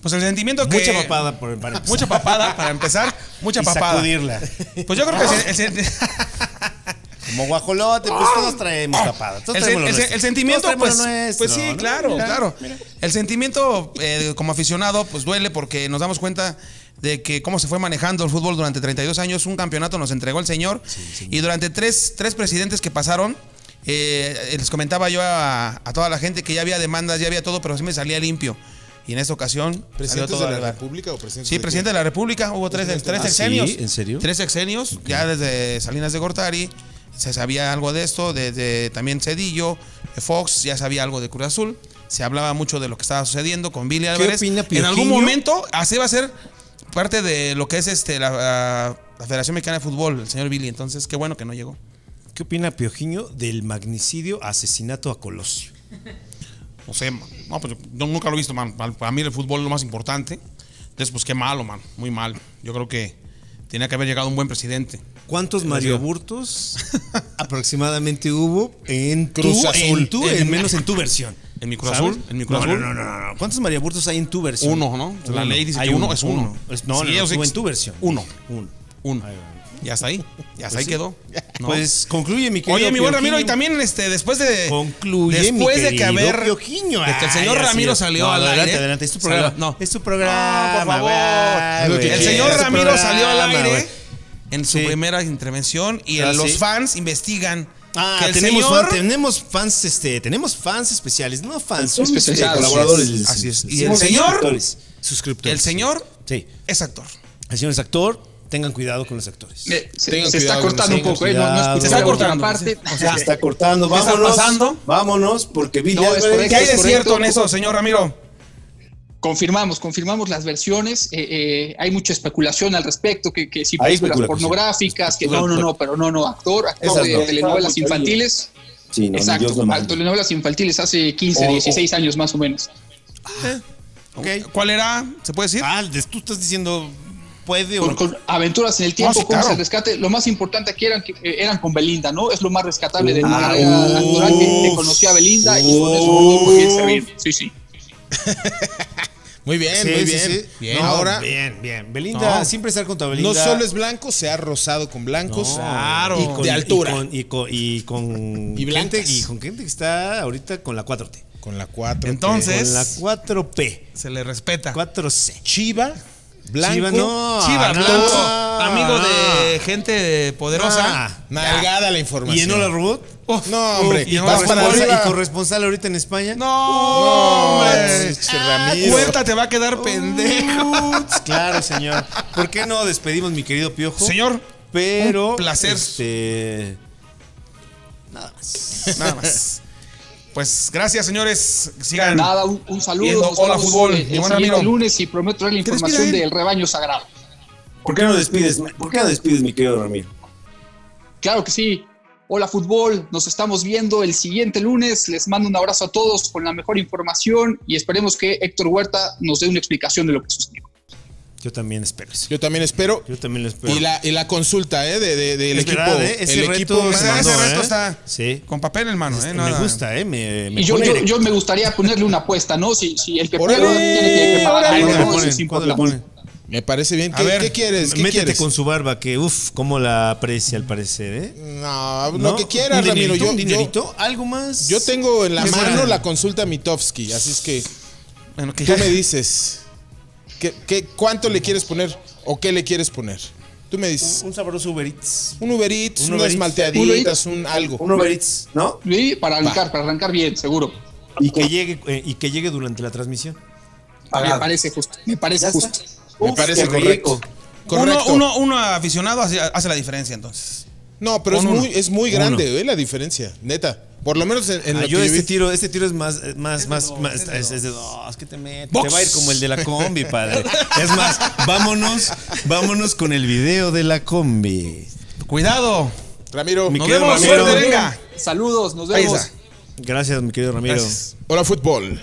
Speaker 1: Pues el sentimiento que.
Speaker 3: Mucha papada por, para empezar.
Speaker 1: Mucha papada, para empezar. Mucha
Speaker 3: [LAUGHS] y
Speaker 1: papada.
Speaker 3: sacudirla.
Speaker 1: Pues yo creo que el,
Speaker 3: [LAUGHS]
Speaker 1: sen- el sen-
Speaker 3: Como guajolote, pues todos traemos papada. Todos
Speaker 1: Ah. el sen-
Speaker 3: traemos lo
Speaker 1: el sen-
Speaker 3: nuestro.
Speaker 1: el sentimiento,
Speaker 3: Todos
Speaker 1: pues,
Speaker 3: traemos lo nuestro,
Speaker 1: pues sí,
Speaker 3: ¿no?
Speaker 1: claro,
Speaker 3: Mira,
Speaker 1: claro.
Speaker 3: mira.
Speaker 1: El sentimiento eh, como aficionado, pues duele porque nos damos cuenta de que cómo se fue manejando el fútbol durante 32 años, un campeonato nos entregó el señor y durante tres, tres presidentes que pasaron, eh, les comentaba yo a, a toda la gente que ya había demandas, ya había todo, pero sí me salía limpio. Y en esta ocasión... salió
Speaker 2: ¿Presidentes
Speaker 1: todo
Speaker 2: de
Speaker 1: al
Speaker 2: la
Speaker 1: lugar.
Speaker 2: República o presidentes
Speaker 1: Sí,
Speaker 2: de
Speaker 1: presidente de la República, hubo tres, tres
Speaker 3: Ah, ¿sí?
Speaker 1: sexenios.
Speaker 3: ¿En serio?
Speaker 1: Tres sexenios, ya desde Salinas de Gortari se sabía algo de esto, desde también Cedillo, Fox ya sabía algo de Cruz Azul, se hablaba mucho de lo que estaba sucediendo con Billy Álvarez.
Speaker 2: opina
Speaker 1: en
Speaker 2: Piojiño?
Speaker 1: algún momento, así va a ser parte de lo que es este la, la- la Federación Mexicana de Fútbol, el señor Billy, entonces qué bueno que no llegó.
Speaker 3: ¿Qué opina Piojiño del magnicidio asesinato a Colosio?
Speaker 1: No sé, man. no, pues yo nunca lo he visto, man. Para para mí el fútbol es lo más importante. Entonces, pues qué malo, man, muy mal. Yo creo que tenía que haber llegado un buen presidente.
Speaker 3: ¿Cuántos Mario [LAUGHS] Burtos aproximadamente hubo en tu,
Speaker 2: Cruz Azul.
Speaker 3: En tu, en menos en tu versión.
Speaker 1: ¿En mi Cruz
Speaker 3: ¿Sabes?
Speaker 1: Azul? ¿En mi Cruz
Speaker 3: no,
Speaker 1: Azul?
Speaker 3: No, no, no, no. ¿Cuántos Mario Burtos hay en tu versión?
Speaker 1: Uno, ¿no? La ley dice
Speaker 3: Hay
Speaker 1: que uno, es uno.
Speaker 3: Es- No,
Speaker 1: Sí,
Speaker 3: no,
Speaker 1: o
Speaker 3: no,
Speaker 1: sea,
Speaker 3: tú en tu versión.
Speaker 1: uno.
Speaker 3: Uno.
Speaker 1: Uno. Ya está ahí. Ya está ahí quedó. ¿no?
Speaker 3: Pues concluye mi querido
Speaker 1: Oye, mi buen Ramiro, y
Speaker 3: Piojiño.
Speaker 1: también este, después de.
Speaker 3: Concluye
Speaker 1: después
Speaker 3: mi
Speaker 1: de que
Speaker 3: querido
Speaker 1: haber.
Speaker 3: Piojiño.
Speaker 1: de que el
Speaker 3: Ay,
Speaker 1: señor
Speaker 3: así
Speaker 1: Ramiro
Speaker 3: es.
Speaker 1: salió
Speaker 3: No,
Speaker 1: al
Speaker 3: adelante,
Speaker 1: aire.
Speaker 3: adelante. Es tu programa.
Speaker 1: Salió- no.
Speaker 3: Es tu programa.
Speaker 1: Ah, por favor.
Speaker 3: güey.
Speaker 2: Lo que
Speaker 1: El
Speaker 2: Sí,
Speaker 1: señor
Speaker 3: Es tu
Speaker 1: Ramiro salió al
Speaker 3: programa,
Speaker 1: aire
Speaker 3: güey.
Speaker 1: en su
Speaker 3: Sí.
Speaker 1: primera intervención y
Speaker 3: Ah,
Speaker 1: el- los
Speaker 3: sí.
Speaker 1: fans investigan.
Speaker 3: Ah,
Speaker 1: que el
Speaker 3: tenemos,
Speaker 1: señor-
Speaker 3: fan- tenemos fans, este, tenemos fans especiales, no fans, son,
Speaker 6: Especializados.
Speaker 3: este,
Speaker 2: Colaboradores.
Speaker 1: Así es. Y
Speaker 3: Sí,
Speaker 1: el señor-
Speaker 3: suscriptores. Suscriptores.
Speaker 1: El señor
Speaker 3: Sí.
Speaker 1: es actor.
Speaker 3: El señor es actor, tengan cuidado con los actores.
Speaker 6: Eh, Se,
Speaker 2: Tengan
Speaker 6: se está
Speaker 2: cuidado,
Speaker 6: cortando un
Speaker 2: tengan
Speaker 6: poco, ¿eh? No- no
Speaker 3: cuidado.
Speaker 6: escuché
Speaker 3: Se está
Speaker 6: la última
Speaker 1: cortando,
Speaker 6: parte.
Speaker 1: o sea,
Speaker 3: Se está cortando,
Speaker 1: ¿Qué está
Speaker 3: vámonos.
Speaker 1: pasando?
Speaker 3: Vámonos, porque Billy
Speaker 6: No, es
Speaker 3: Álvarez-
Speaker 6: correcto.
Speaker 1: ¿Qué hay de
Speaker 6: correcto.
Speaker 1: cierto en eso, señor Ramiro?
Speaker 6: Confirmamos, confirmamos las versiones. eh, eh, hay mucha especulación al respecto, que, que si
Speaker 3: Hay
Speaker 6: películas
Speaker 3: especulación.
Speaker 6: pornográficas, que no, no, no, pero no, no, actor, actor
Speaker 3: Esas
Speaker 6: de
Speaker 3: no.
Speaker 6: telenovelas infantiles.
Speaker 3: Sí, no, ni Dios
Speaker 6: Exacto,
Speaker 3: lo mande.
Speaker 6: telenovelas infantiles hace 15,
Speaker 1: O-
Speaker 6: 16 años más o menos.
Speaker 3: Ok.
Speaker 1: ¿Cuál era? ¿Se puede decir?
Speaker 3: Ah, des- tú estás diciendo puede o
Speaker 6: Con,
Speaker 3: no.
Speaker 6: con aventuras en el tiempo,
Speaker 1: Ah, sí,
Speaker 6: cómo
Speaker 1: claro.
Speaker 6: se rescate. Lo más importante aquí eran, que, eh, eran con Belinda, ¿no? Es lo más rescatable de mi
Speaker 3: Ah, oh.
Speaker 6: carrera
Speaker 3: uf,
Speaker 6: actoral, que que conocí a Belinda y con eso
Speaker 3: uf.
Speaker 6: me pude servir. Sí, sí.
Speaker 2: Muy bien,
Speaker 3: Sí,
Speaker 2: muy
Speaker 3: sí,
Speaker 2: bien.
Speaker 3: sí.
Speaker 2: No,
Speaker 3: No,
Speaker 2: ahora
Speaker 3: bien, bien. Belinda,
Speaker 1: No.
Speaker 3: siempre estar contra Belinda.
Speaker 2: no solo es blanco, se ha rozado con blancos.
Speaker 3: No.
Speaker 1: Claro.
Speaker 2: Y
Speaker 3: con-
Speaker 2: de altura.
Speaker 3: Y con, y con, y con
Speaker 2: Y blancas.
Speaker 3: gente, y con gente que está ahorita con la 4T.
Speaker 2: Con la 4.
Speaker 1: Entonces-
Speaker 3: Con la 4P.
Speaker 1: Se le respeta.
Speaker 3: 4C.
Speaker 2: Chiva, blanco,
Speaker 3: Chiva, no.
Speaker 1: Chiva
Speaker 3: no,
Speaker 1: Blanco,
Speaker 3: no.
Speaker 1: amigo de gente poderosa.
Speaker 3: Ah.
Speaker 2: nalgada la información.
Speaker 3: ¿Y en Hola Robot?
Speaker 1: Uf,
Speaker 2: No, hombre,
Speaker 1: uf,
Speaker 2: y
Speaker 1: no,
Speaker 2: vas para
Speaker 1: hombre.
Speaker 3: Corresponsal-
Speaker 2: arriba.
Speaker 3: ¿Y corresponsal ahorita en España?
Speaker 1: No, hombre.
Speaker 2: Che, Ramiro.
Speaker 1: Puerta te va a quedar
Speaker 3: Oh,
Speaker 1: pendejo.
Speaker 3: Uts, Claro, señor. ¿Por qué no despedimos, mi querido Piojo?
Speaker 1: Señor,
Speaker 3: pero.
Speaker 1: un placer.
Speaker 3: Este, [LAUGHS] nada más.
Speaker 1: nada más. Pues gracias, señores. Sigan.
Speaker 6: Nada, un, un
Speaker 1: Viendo
Speaker 6: saludo. Nos
Speaker 1: Hola
Speaker 6: vemos,
Speaker 1: Fútbol,
Speaker 6: eh,
Speaker 1: mi
Speaker 6: El,
Speaker 1: buen
Speaker 6: siguiente
Speaker 1: amigo.
Speaker 6: lunes y prometo traer la
Speaker 1: despida
Speaker 6: información
Speaker 1: él?
Speaker 6: del rebaño sagrado.
Speaker 3: ¿Por qué no despides? ¿Por qué no despides, mi querido Ramiro?
Speaker 6: Claro que sí. Hola fútbol, nos estamos viendo el siguiente lunes. Les mando un abrazo a todos con la mejor información y esperemos que Héctor Huerta nos dé una explicación de lo que sucedió.
Speaker 3: Yo también espero eso.
Speaker 2: Yo también espero.
Speaker 3: Yo también lo espero.
Speaker 2: Y la, y la consulta, ¿eh? De, de- del
Speaker 3: Es
Speaker 2: equipo.
Speaker 3: verdad, ¿eh? Ese
Speaker 2: el
Speaker 3: reto
Speaker 2: equipo
Speaker 3: se
Speaker 1: Ese-
Speaker 3: mandó,
Speaker 1: Pues, ese
Speaker 3: ¿eh?
Speaker 1: reto está
Speaker 3: Sí.
Speaker 1: con papel en mano. eh,
Speaker 3: Este,
Speaker 1: nada.
Speaker 3: me gusta, ¿eh? Me, me
Speaker 6: Y yo,
Speaker 3: pone
Speaker 6: yo,
Speaker 3: directo.
Speaker 6: yo me gustaría ponerle una apuesta, ¿no? Si, si el que
Speaker 2: Órale,
Speaker 6: pierde tiene que pagar
Speaker 2: órale.
Speaker 3: ¿Cuándo
Speaker 6: algo, ¿no?
Speaker 3: la
Speaker 6: Eso
Speaker 3: ponen?
Speaker 6: es
Speaker 3: ¿Cuándo la
Speaker 6: importante.
Speaker 3: ponen?
Speaker 2: Me parece bien.
Speaker 1: A
Speaker 2: ¿Qué,
Speaker 1: ver,
Speaker 2: qué quieres? ¿Qué
Speaker 3: Métete
Speaker 2: quieres?
Speaker 3: con su barba, que uff, cómo la aprecia al parecer, ¿eh?
Speaker 2: No,
Speaker 3: ¿No?
Speaker 2: lo que quieras,
Speaker 3: ¿Un
Speaker 2: Ramiro.
Speaker 3: dinerito?
Speaker 2: Yo,
Speaker 3: ¿Un
Speaker 2: yo,
Speaker 3: dinerito? ¿Algo más?
Speaker 2: yo tengo en la
Speaker 3: ¿Qué
Speaker 2: mano
Speaker 3: será?
Speaker 2: la consulta Mitofsky, así es que
Speaker 1: Bueno, que
Speaker 2: tú
Speaker 1: ya-
Speaker 2: me dices. ¿qué, qué, ¿Cuánto le quieres poner o qué le quieres poner? Tú me dices.
Speaker 3: Un sabroso Uber Eats.
Speaker 2: Un Uber Eats,
Speaker 3: Un Uber
Speaker 2: unas
Speaker 3: Eats.
Speaker 2: malteaditas, un algo.
Speaker 3: Un Uber Eats, ¿no?
Speaker 6: Sí, para arrancar, para arrancar bien, seguro.
Speaker 3: Y que llegue, eh, y que llegue durante la transmisión.
Speaker 6: Me parece justo. Me parece justo.
Speaker 2: Me parece correcto.
Speaker 1: [LAUGHS] uno,
Speaker 2: Correcto.
Speaker 1: uno, uno aficionado hace, hace la diferencia entonces.
Speaker 2: no, pero es
Speaker 1: uno, uno.
Speaker 2: muy, es muy grande, eh, la diferencia, neta. Por lo menos en, en
Speaker 3: Ah,
Speaker 2: lo
Speaker 3: yo
Speaker 2: que yo
Speaker 3: este
Speaker 2: vi.
Speaker 3: tiro, este tiro es más, eh, más, más,
Speaker 1: dos,
Speaker 3: más-
Speaker 1: es
Speaker 3: es,
Speaker 1: de
Speaker 3: es de dos, que te metes.
Speaker 1: Box.
Speaker 3: Te va a ir como el de la combi, padre. Es más, vámonos, vámonos con el video de la combi.
Speaker 1: Cuidado.
Speaker 2: Ramiro,
Speaker 3: Mi
Speaker 1: Nos
Speaker 3: querido
Speaker 1: vemos.
Speaker 3: Ramiro.
Speaker 1: Suerte, venga.
Speaker 6: Saludos, nos
Speaker 1: Ahí
Speaker 6: vemos.
Speaker 1: está.
Speaker 3: Gracias, mi querido Ramiro.
Speaker 1: Gracias.
Speaker 2: hola fútbol.